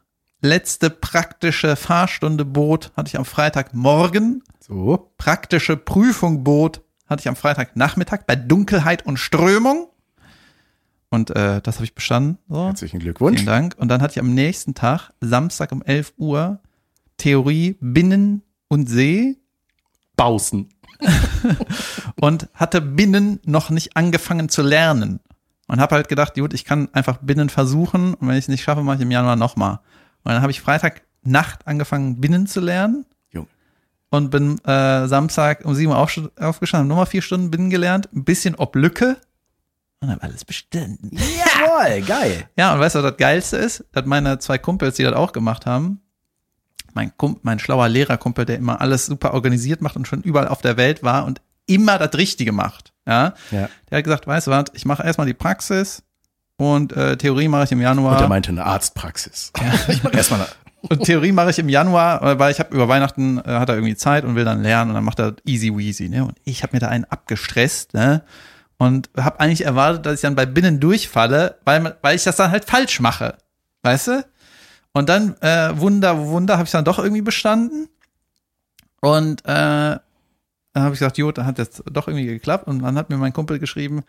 letzte praktische Fahrstunde Boot hatte ich am Freitagmorgen, So. praktische Prüfung Boot hatte ich am Freitagnachmittag bei Dunkelheit und Strömung. Und äh, das habe ich bestanden. So. Herzlichen Vielen Glückwunsch. Dank. Und dann hatte ich am nächsten Tag, Samstag um 11 Uhr, Theorie Binnen und See Bausen. und hatte Binnen noch nicht angefangen zu lernen. Und habe halt gedacht, gut, ich kann einfach Binnen versuchen und wenn ich es nicht schaffe, mache ich im Januar nochmal. Und dann habe ich Freitagnacht angefangen, Binnen zu lernen. Junge. Und bin äh, Samstag um 7 Uhr aufsch- aufgestanden, habe nochmal vier Stunden Binnen gelernt, ein bisschen Oblücke und habe alles bestanden. Jawohl, geil. Ja, und weißt du, was das Geilste ist? Dass meine zwei Kumpels, die das auch gemacht haben, mein, Kump mein schlauer Lehrerkumpel, der immer alles super organisiert macht und schon überall auf der Welt war und immer das Richtige macht, ja, Ja. der hat gesagt, weißt du was, ich mache erstmal die Praxis und äh, Theorie mache ich im Und er Januar. meinte eine Arztpraxis. Ich mach erstmal eine. [LAUGHS] Und, Theorie mache ich im Januar, äh, weil ich habe über Weihnachten, äh, hat er irgendwie Zeit und will dann lernen und dann macht er easy weasy, ne? Und ich habe mir da einen abgestresst, ne? Und habe eigentlich erwartet, dass ich dann bei Binnen durchfalle, weil, man- weil ich das dann halt falsch mache. Weißt du? Und dann, äh, Wunder, Wunder, habe ich dann doch irgendwie bestanden. Und äh, dann habe ich gesagt, jo, dann hat das doch irgendwie geklappt. Und dann hat mir mein Kumpel geschrieben,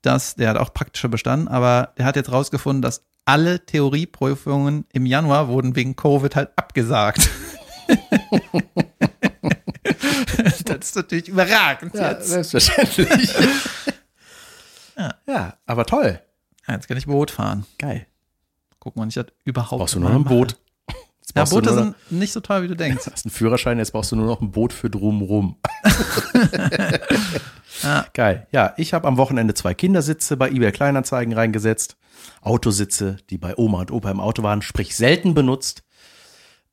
dass, der hat auch praktischer bestanden, aber der hat jetzt rausgefunden, dass alle Theorieprüfungen im Januar wurden wegen Covid halt abgesagt. [LAUGHS] das ist natürlich überragend [LAUGHS] jetzt. selbstverständlich. ja. ja, aber toll. Ja, jetzt kann ich Boot fahren. Geil. Gucken, wann ich das überhaupt Brauchst du nur mal noch ein mache. Boot. Jetzt Ja, brauchst du Boote nur noch- sind nicht so teuer, wie [LAUGHS] du denkst. hast einen Führerschein, jetzt brauchst du nur noch ein Boot für drumrum. [LAUGHS] Ja. Geil. Ja, ich habe am Wochenende zwei Kindersitze bei eBay Kleinanzeigen reingesetzt. Autositze, die bei Oma und Opa im Auto waren, sprich selten benutzt,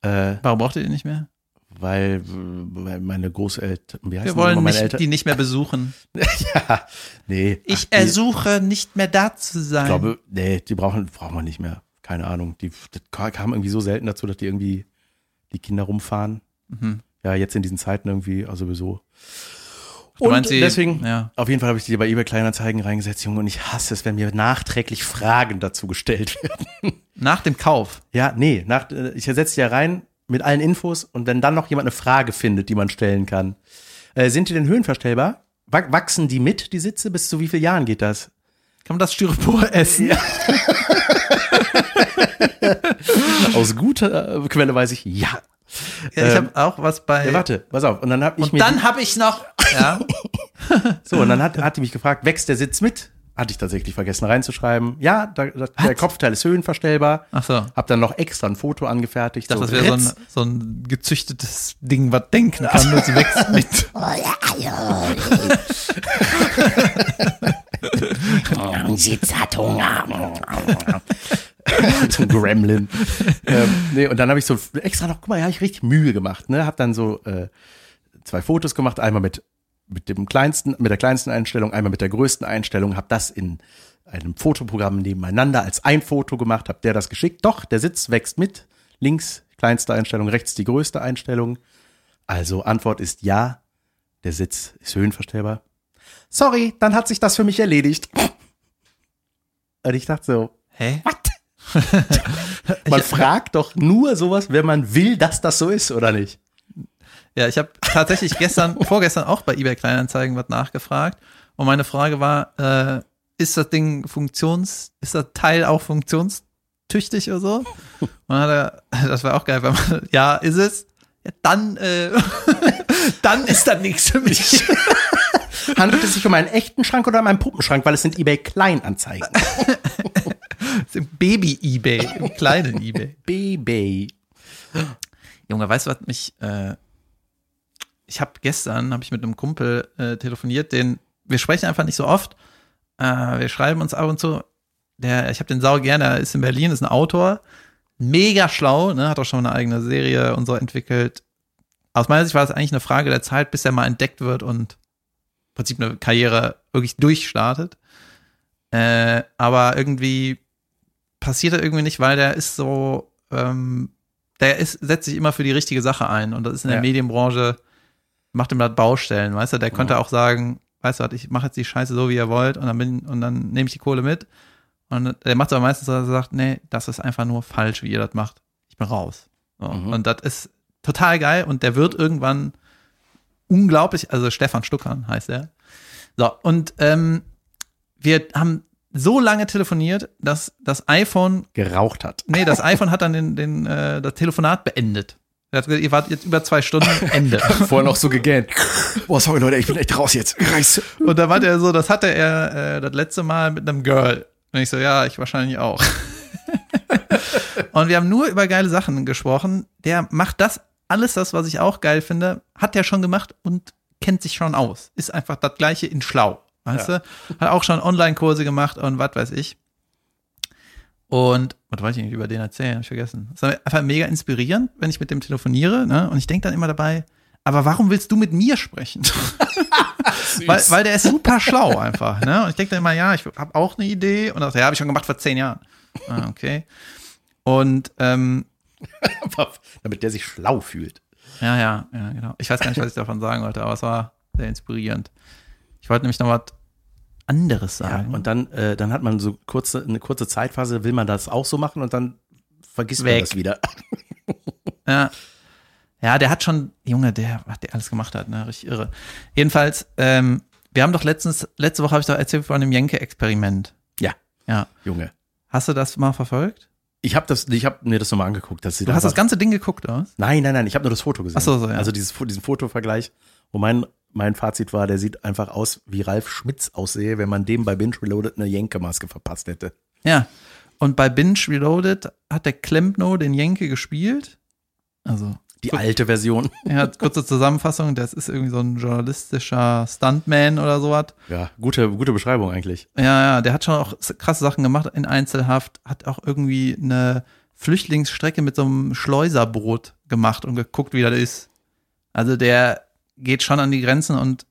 äh, Warum braucht ihr die nicht mehr? weil, äh, weil meine Großeltern, wie heißen Wir die nochmal, wollen meine nicht, die Eltern? nicht mehr besuchen. ja, nee. Ich Ach, die- ersuche, nicht mehr da zu sein. Ich glaube, nee, die brauchen, brauchen wir nicht mehr. Keine Ahnung. Die das ka- kam irgendwie so selten dazu, dass die irgendwie die Kinder rumfahren. Mhm. Ja, jetzt in diesen Zeiten irgendwie, also sowieso. Du Und meinst, die- deswegen, Ja. Auf jeden Fall habe ich die bei eBay Kleinanzeigen reingesetzt, Junge, und ich hasse es, wenn mir nachträglich Fragen dazu gestellt werden. Nach dem Kauf. Ja, nee, nach, äh, ich setze die ja rein mit allen Infos und wenn dann noch jemand eine Frage findet, die man stellen kann. Äh, sind die denn höhenverstellbar? Wa- Wachsen die mit, die Sitze? Bis zu wie vielen Jahren geht [LAUGHS] das? Kann man das Styropor [LAUGHS] essen? Aus guter äh, Quelle weiß ich, ja. Ja, ich habe auch was bei. Ja, warte, pass auf. Und dann habe ich und mir dann habe ich noch. [LAUGHS] Ja, so und dann hat, hat die mich gefragt, wächst der Sitz mit? Hatte ich tatsächlich vergessen reinzuschreiben. Ja, da, da, der Kopfteil ist höhenverstellbar. Ach so. Hab dann noch extra ein Foto angefertigt. das wäre so ein, Ritz. so ein gezüchtetes Ding, was denken kann und sie [LAUGHS] wächst mit. Oh ja, ja. oh, Sitz hat Hunger. [LAUGHS] zum Gremlin. ähm, nee, und dann habe ich so extra noch, guck mal, ja, hab ich richtig Mühe gemacht, ne? Hab dann so äh, zwei Fotos gemacht, einmal mit mit dem kleinsten, mit der kleinsten Einstellung, einmal mit der größten Einstellung, hab das in einem Fotoprogramm nebeneinander als ein Foto gemacht, hab der das geschickt. Doch, der Sitz wächst mit. Links kleinste Einstellung, rechts die größte Einstellung. Also Antwort ist ja, der Sitz ist höhenverstellbar. Sorry, dann hat sich das für mich erledigt. Und ich dachte so, Hä? man fragt doch nur sowas, wenn man will, dass das so ist, oder nicht? Ja, ich habe tatsächlich gestern, vorgestern auch bei eBay Kleinanzeigen was nachgefragt. Und meine Frage war, äh, ist das Ding funktions, ist das Teil auch funktionstüchtig oder so? Und dann hat er, das war auch geil, weil man, [LAUGHS] ja, ist es? Ja, dann, äh, [LAUGHS] dann ist das nichts für mich. Handelt es sich um einen echten Schrank oder um einen Puppenschrank? Weil es sind eBay Kleinanzeigen. Baby-Ebay, im kleinen Ebay. Baby. Junge, weißt du, was mich. Äh, ich habe gestern, habe ich mit einem Kumpel äh, telefoniert, den. Wir sprechen einfach nicht so oft. Äh, wir schreiben uns ab und zu. Der, ich habe den Sau gerne, er ist in Berlin, ist ein Autor. Mega schlau, ne? hat auch schon eine eigene Serie und so entwickelt. Aus meiner Sicht war das eigentlich eine Frage der Zeit, bis er mal entdeckt wird und im Prinzip eine Karriere wirklich durchstartet. Äh, aber irgendwie passiert er irgendwie nicht, weil der ist so, ähm, der ist, setzt sich immer für die richtige Sache ein. Und das ist in der Ja. Medienbranche, macht ihm das Baustellen, weißt du? Der könnte auch sagen, weißt du was, ich mache jetzt die Scheiße so, wie ihr wollt, und dann bin, und dann nehme ich die Kohle mit. Und der macht es aber meistens, so, dass er sagt, nee, das ist einfach nur falsch, wie ihr das macht. Ich bin raus. So. Mhm. Und das ist total geil und der wird irgendwann unglaublich, also Stefan Stuckern heißt er. So, und ähm, wir haben so lange telefoniert, dass das iPhone, Geraucht hat. nee, das iPhone hat dann den, den, äh, das Telefonat beendet. Er hat gesagt, ihr wart jetzt über zwei Stunden, Ende. Vorher noch so gegähnt. Boah, sorry Leute, ich bin echt raus jetzt. Reiß. Und da war der so, das hatte er äh, das letzte Mal mit einem Girl. Und ich so, ja, ich wahrscheinlich auch. [LAUGHS] und wir haben nur über geile Sachen gesprochen. Der macht das, alles das, was ich auch geil finde, hat der schon gemacht und kennt sich schon aus. Ist einfach das Gleiche in schlau. Weißt du? Hat auch schon Online-Kurse gemacht und was weiß ich. Und was wollte ich eigentlich über den erzählen? Hab ich vergessen. Das ist einfach mega inspirierend, wenn ich mit dem telefoniere. Ne? Und ich denke dann immer dabei, aber warum willst du mit mir sprechen? [LAUGHS] weil, weil der ist [LAUGHS] super schlau einfach. Ne? Und ich denke dann immer, ja, ich habe auch eine Idee. Und dachte, ja, habe ich schon gemacht vor zehn Jahren. Ah, okay. Und ähm, [LAUGHS] Damit der sich schlau fühlt. ja, ja, ja, genau. Ich weiß gar nicht, was ich davon sagen wollte, aber es war sehr inspirierend. Ich wollte nämlich noch was anderes Ja, sagen. und dann, äh, dann hat man so kurze, eine kurze Zeitphase, will man das auch so machen und dann vergisst man Weg. das wieder. Ja. Ja, der hat schon, Junge, der, was der alles gemacht hat, ne, richtig irre. Jedenfalls, ähm, wir haben doch letztens, letzte Woche habe ich doch erzählt von dem Jenke-Experiment. Ja, Ja. Junge. Hast du das mal verfolgt? Ich habe das, ich habe mir das nochmal angeguckt. Dass sie Du hast das einfach- ganze Ding geguckt, oder? was? Nein, nein, nein, ich habe nur das Foto gesehen. Ach so, so, ja. Also dieses, Fo- diesen Fotovergleich, wo mein, mein Fazit war, der sieht einfach aus, wie Ralf Schmitz aussehe, wenn man dem bei Binge Reloaded eine Jenke-Maske verpasst hätte. Ja. Und bei Binge Reloaded hat der Klempno den Jenke gespielt. Also, Die alte Version. ja, kurze Zusammenfassung, das ist irgendwie so ein journalistischer Stuntman oder sowas. Ja, gute, gute Beschreibung eigentlich. Ja, ja, der hat schon auch s- krasse Sachen gemacht in Einzelhaft, hat auch irgendwie eine Flüchtlingsstrecke mit so einem Schleuserboot gemacht und geguckt, wie das ist. Also der geht schon an die Grenzen und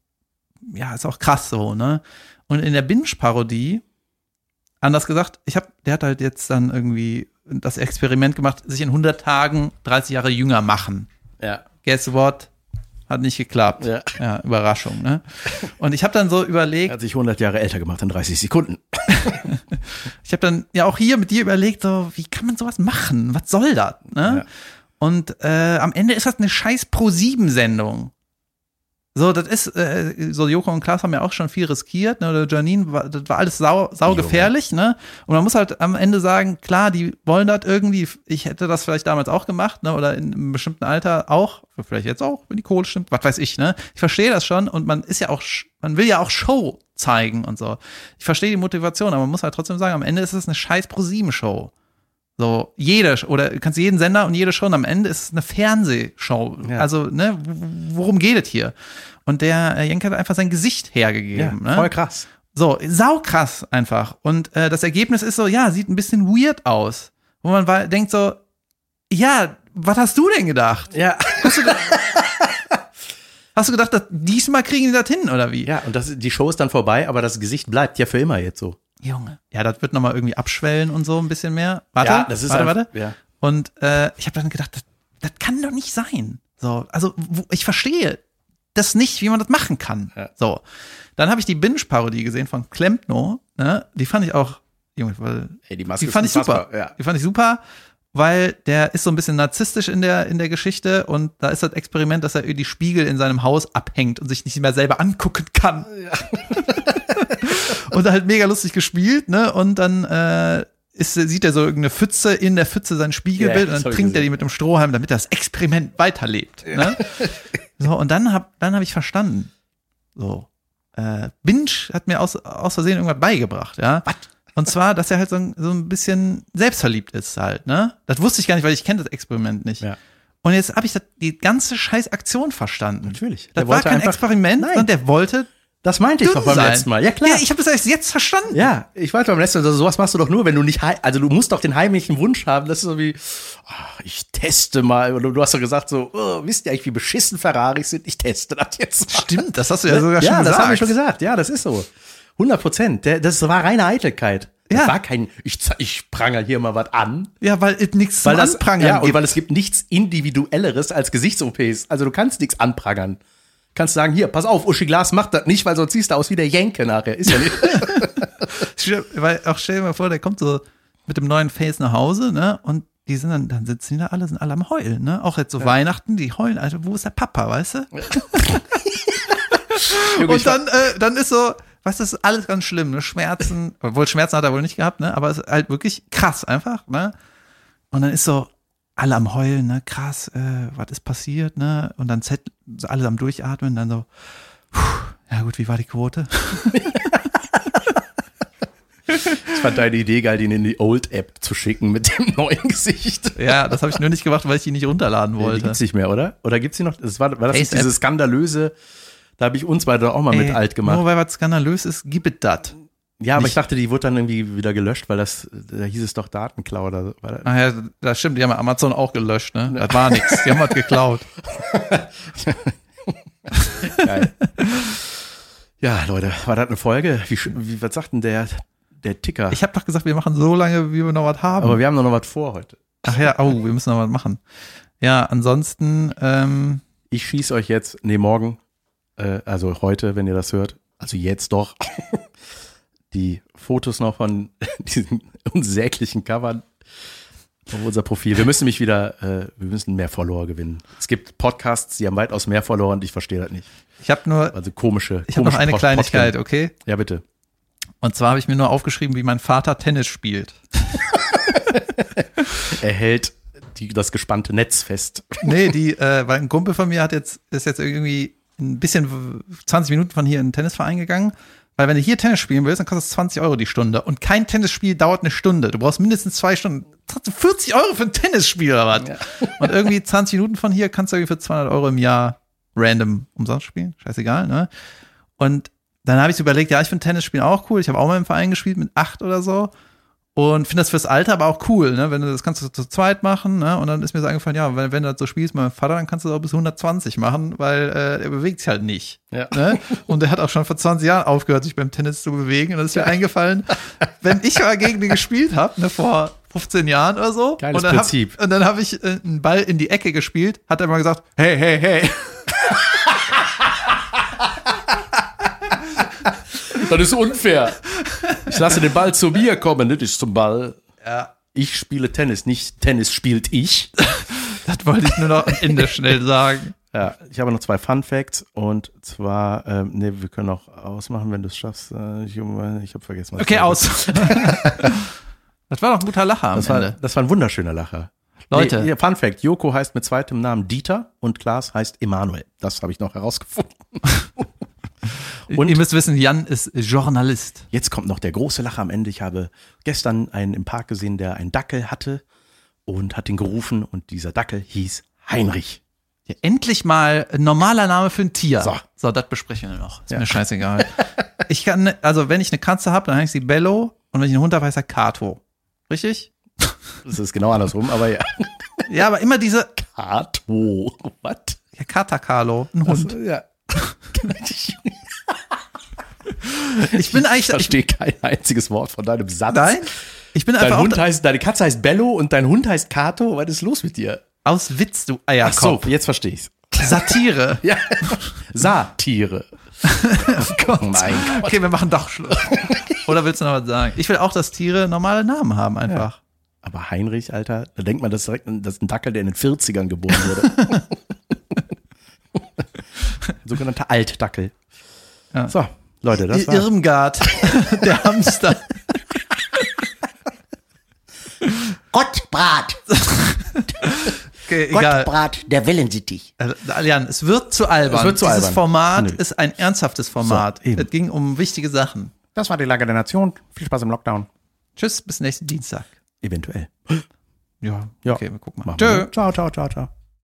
ja, ist auch krass so, ne? Und in der Binge-Parodie, anders gesagt, ich hab, der hat halt jetzt dann irgendwie das Experiment gemacht, sich in 100 Tagen 30 Jahre jünger machen Ja. guess what? Hat nicht geklappt. Ja. Überraschung, ne? Und ich habe dann so Er überlegt, hat sich 100 Jahre älter gemacht in 30 Sekunden. ich habe dann ja auch hier mit dir überlegt, so, wie kann man sowas machen? Was soll das? Ne? Und äh, am Ende ist das eine scheiß Pro-7-Sendung. So, das ist, äh, so Joko und Klaas haben ja auch schon viel riskiert, ne? Oder Janine, war, das war alles sau, sau gefährlich, ne? Und man muss halt am Ende sagen, klar, die wollen das irgendwie, ich hätte das vielleicht damals auch gemacht, ne? Oder in einem bestimmten Alter auch, vielleicht jetzt auch, wenn die Kohle stimmt, was weiß ich, ne? Ich verstehe das schon und man ist ja auch, man will ja auch Show zeigen und so. Ich verstehe die Motivation, aber man muss halt trotzdem sagen, am Ende ist es eine scheiß Pro-7-Show. So, jede, oder du kannst jeden Sender und jede Show und am Ende ist es eine Fernsehshow. Ja. Also, ne, w- worum geht es hier? Und der äh, Jenk hat einfach sein Gesicht Ja, hergegeben. voll ne? krass. So, saukrass einfach. Und äh, das Ergebnis ist so, ja, sieht ein bisschen weird aus. Wo man wa- denkt so, ja, was hast du denn gedacht? Ja. Hast du gedacht, dass diesmal kriegen die das hin oder wie? Ja, und das, die Show ist dann vorbei, aber das Gesicht bleibt ja für immer jetzt so. Junge. Ja, das wird nochmal irgendwie abschwellen und so ein bisschen mehr. Warte, ja, das ist warte, einfach- warte. Ja. Und äh, ich habe dann gedacht, das, das kann doch nicht sein. So, also wo, ich verstehe das nicht, wie man das machen kann. Ja. So, dann habe ich die Binge-Parodie gesehen von Klempno. Ne? Die fand ich auch, Junge, weil Ey, die Maske die fand ist ich super. unfassbar, Ja. Die fand ich super, weil der ist so ein bisschen narzisstisch in der, in der Geschichte und da ist das Experiment, dass er die Spiegel in seinem Haus abhängt und sich nicht mehr selber angucken kann. [LAUGHS] und halt mega lustig gespielt, ne? Und dann äh, ist, sieht er so irgendeine Pfütze in der Pfütze sein Ja, das Spiegelbild und hab dann ich trinkt er gesehen. die mit dem Strohhalm, damit das Experiment weiterlebt. Ne? So, und dann hab, dann hab ich verstanden. So. Äh, Binge hat mir aus, aus Versehen irgendwas beigebracht, ja. Was? Und zwar, dass er halt so ein, so ein bisschen selbstverliebt ist halt, ne? Das wusste ich gar nicht, weil ich kenne das Experiment nicht. Ja. Und jetzt habe ich das, die ganze scheiß Aktion verstanden. Natürlich. Der Das war wollte kein einfach- Experiment, Nein. sondern der wollte Das meinte ich dünn doch beim sein. letzten Mal. Ja, klar. Ja, ich habe das erst jetzt verstanden. Ja, ich weiß beim letzten Mal, also sowas machst du doch nur, wenn du nicht, hei- also du musst doch den heimlichen Wunsch haben, das ist so wie, ah, ich teste mal, und du du hast doch gesagt so, oh, wisst ihr eigentlich, wie beschissen Ferraris sind? Ich teste das jetzt mal. Stimmt, das hast du ja sogar schon ja, gesagt. das habe ich schon gesagt, ja, das ist so. 100 Prozent, das war reine Eitelkeit. Ja. Das war kein, ich, ze- ich pranger hier mal was an. Ja, weil es nichts Weil zum das, Anprangern ja, und gibt. weil es gibt nichts individuelleres als Gesichts-OPs. Also du kannst nichts anprangern. Kannst sagen, hier, pass auf, Uschi Glas macht das nicht, weil sonst siehst du aus wie der Jenke nachher. Ist ja nicht. Stell- Weil auch stell dir mal vor, der kommt so mit dem neuen Face nach Hause, ne? Und die sind dann, dann sitzen die da alle, sind alle am Heulen, ne? Auch jetzt so Weihnachten, die heulen, Alter, wo ist der Papa, weißt du? Junge, ich [LAUGHS] Und dann, äh, dann ist so, was ist alles ganz schlimm, ne? Schmerzen, obwohl Schmerzen hat er wohl nicht gehabt, ne? Aber es ist halt wirklich krass einfach, ne? Und dann ist so, alle am Heulen, ne? Krass, äh, was ist passiert, ne? Und dann Z, so alle am Durchatmen, dann so, puh, ja gut, wie war die Quote? Ich fand deine Idee geil, den in die Old-App zu schicken mit dem [LAUGHS] neuen Gesicht. ja, das habe ich nur nicht gemacht, weil ich die nicht runterladen Die wollte. gibt's nicht mehr, oder? Oder gibt's die noch? Das war, war das nicht Face-App. diese skandalöse, da habe ich uns beide doch auch mal mit Ey, alt gemacht. Nur weil was skandalös ist, gibt es das. ja, aber ich nicht- dachte, die wurde dann irgendwie wieder gelöscht, weil das, da hieß es doch Datenklau oder so. War das- Ach ja, das stimmt, die haben ja Amazon auch gelöscht, ne? Das war nix. Die haben was geklaut. Geil. ja, Leute, war das eine Folge? Wie, sch- wie was sagt denn der, der Ticker? Ich habe doch gesagt, wir machen so lange, wie wir noch was haben. aber wir haben doch noch was vor heute. Ach ja, oh, wir müssen noch was machen. Ja, ansonsten, ähm, Ich schieß euch jetzt, nee, morgen, äh, also heute, wenn ihr das hört, also jetzt doch, [LAUGHS] die Fotos noch von [LAUGHS] diesen unsäglichen Covern auf unser Profil. Wir müssen mich wieder, äh, wir müssen mehr Follower gewinnen. Es gibt Podcasts, die haben weitaus mehr Follower und ich verstehe das nicht. ich habe nur, Also komische. ich habe noch komische eine Pod- Kleinigkeit, Podcasts. okay? Ja, bitte. Und zwar habe ich mir nur aufgeschrieben, wie mein Vater Tennis spielt. Er hält die, das gespannte Netz fest. Nee, die, äh, weil ein Kumpel von mir hat jetzt, ist jetzt irgendwie ein bisschen w- 20 Minuten von hier in den Tennisverein gegangen. Weil wenn du hier Tennis spielen willst, dann kostet es 20 Euro die Stunde. Und kein Tennisspiel dauert eine Stunde. Du brauchst mindestens zwei Stunden. Zahlst du 40 Euro für ein Tennisspiel oder was? Und irgendwie 20 Minuten von hier kannst du irgendwie für 200 Euro im Jahr random umsonst spielen. Scheißegal, ne? Und dann habe ich so überlegt, ja, ich finde Tennisspielen auch cool. Ich habe auch mal im Verein gespielt mit acht oder so. Und finde das fürs Alter aber auch cool, ne? Wenn du das kannst du zu zweit machen, ne? Und dann ist mir so eingefallen, ja, wenn, wenn du das so spielst, mit meinem Vater, dann kannst du das auch bis 120 machen, weil äh, er bewegt sich halt nicht. Ja. Ne? Und er hat auch schon vor 20 Jahren aufgehört, sich beim Tennis zu bewegen. Und das ist mir eingefallen, wenn ich mal gegen den gespielt habe, ne, vor 15 Jahren oder so. Geiles und dann hab- Prinzip. Und dann habe ich äh, einen Ball in die Ecke gespielt, hat er mal gesagt, hey, hey, hey. Das ist unfair. Ich lasse den Ball zu mir kommen, nicht ich zum Ball. Ja, Ich spiele Tennis, nicht Tennis spielt ich. das wollte ich nur noch am Ende schnell sagen. Ja, ich habe noch zwei Fun Facts und zwar, ähm, nee, wir können auch ausmachen, wenn du es schaffst. Äh, ich ich habe vergessen. was Okay, ich- aus. [LAUGHS] das war doch ein guter Lacher am Das war, Ende. das war ein wunderschöner Lacher. Leute. Nee, hier, Fun Fact: Joko heißt mit zweitem Namen Dieter und Klaas heißt Emanuel. Das habe ich noch herausgefunden. Und? Ihr müsst wissen, Jan ist Journalist. Jetzt kommt noch der große Lacher am Ende. Ich habe gestern einen im Park gesehen, der einen Dackel hatte und hat ihn gerufen und dieser Dackel hieß Heinrich. Ja, endlich mal ein normaler Name für ein Tier. So. so das besprechen wir noch. Ist Ja. mir scheißegal. ich kann, also wenn ich eine Katze habe, dann heißt sie Bello und wenn ich einen Hund habe, heißt er Kato. Richtig? Das ist genau andersrum, aber ja. [LAUGHS] Ja, aber immer diese Kato. What? ja, Katakalo, ein Hund. Ja. [LAUGHS] ich bin Ich eigentlich, ich, verstehe kein einziges Wort von deinem Satz. nein, ich bin Dein einfach Hund auch, heißt, deine Katze heißt Bello und dein Hund heißt Kato. Was ist los mit dir? aus Witz, du Eierkopf. jetzt verstehe ich's. [LAUGHS] Satire. Ja. Satire. [LAUGHS] oh Gott. Mein Gott. Okay, wir machen doch Schluss. Oder willst du noch was sagen? Ich will auch, dass Tiere normale Namen haben einfach. Aber Heinrich, Alter, da denkt man, das ist direkt ein, das ist ein Dackel, der in den 40ern geboren wurde. Sogenannter Altdackel. So, Leute, das Ir- war. [LAUGHS] Irmgard, der Hamster. Gottbrat, Okay, egal. Gottbrat, der Wellensittich. Also, Jan, es wird zu albern. Es wird zu Dieses albern. Format Nö. ist ein ernsthaftes Format. So, eben. es ging um wichtige Sachen. Das war die Lage der Nation. Viel Spaß im Lockdown. Tschüss, bis nächsten Dienstag. Eventuell. Ja, Ja. okay, wir gucken mal. Machen wir. Ciao, ciao, ciao, ciao.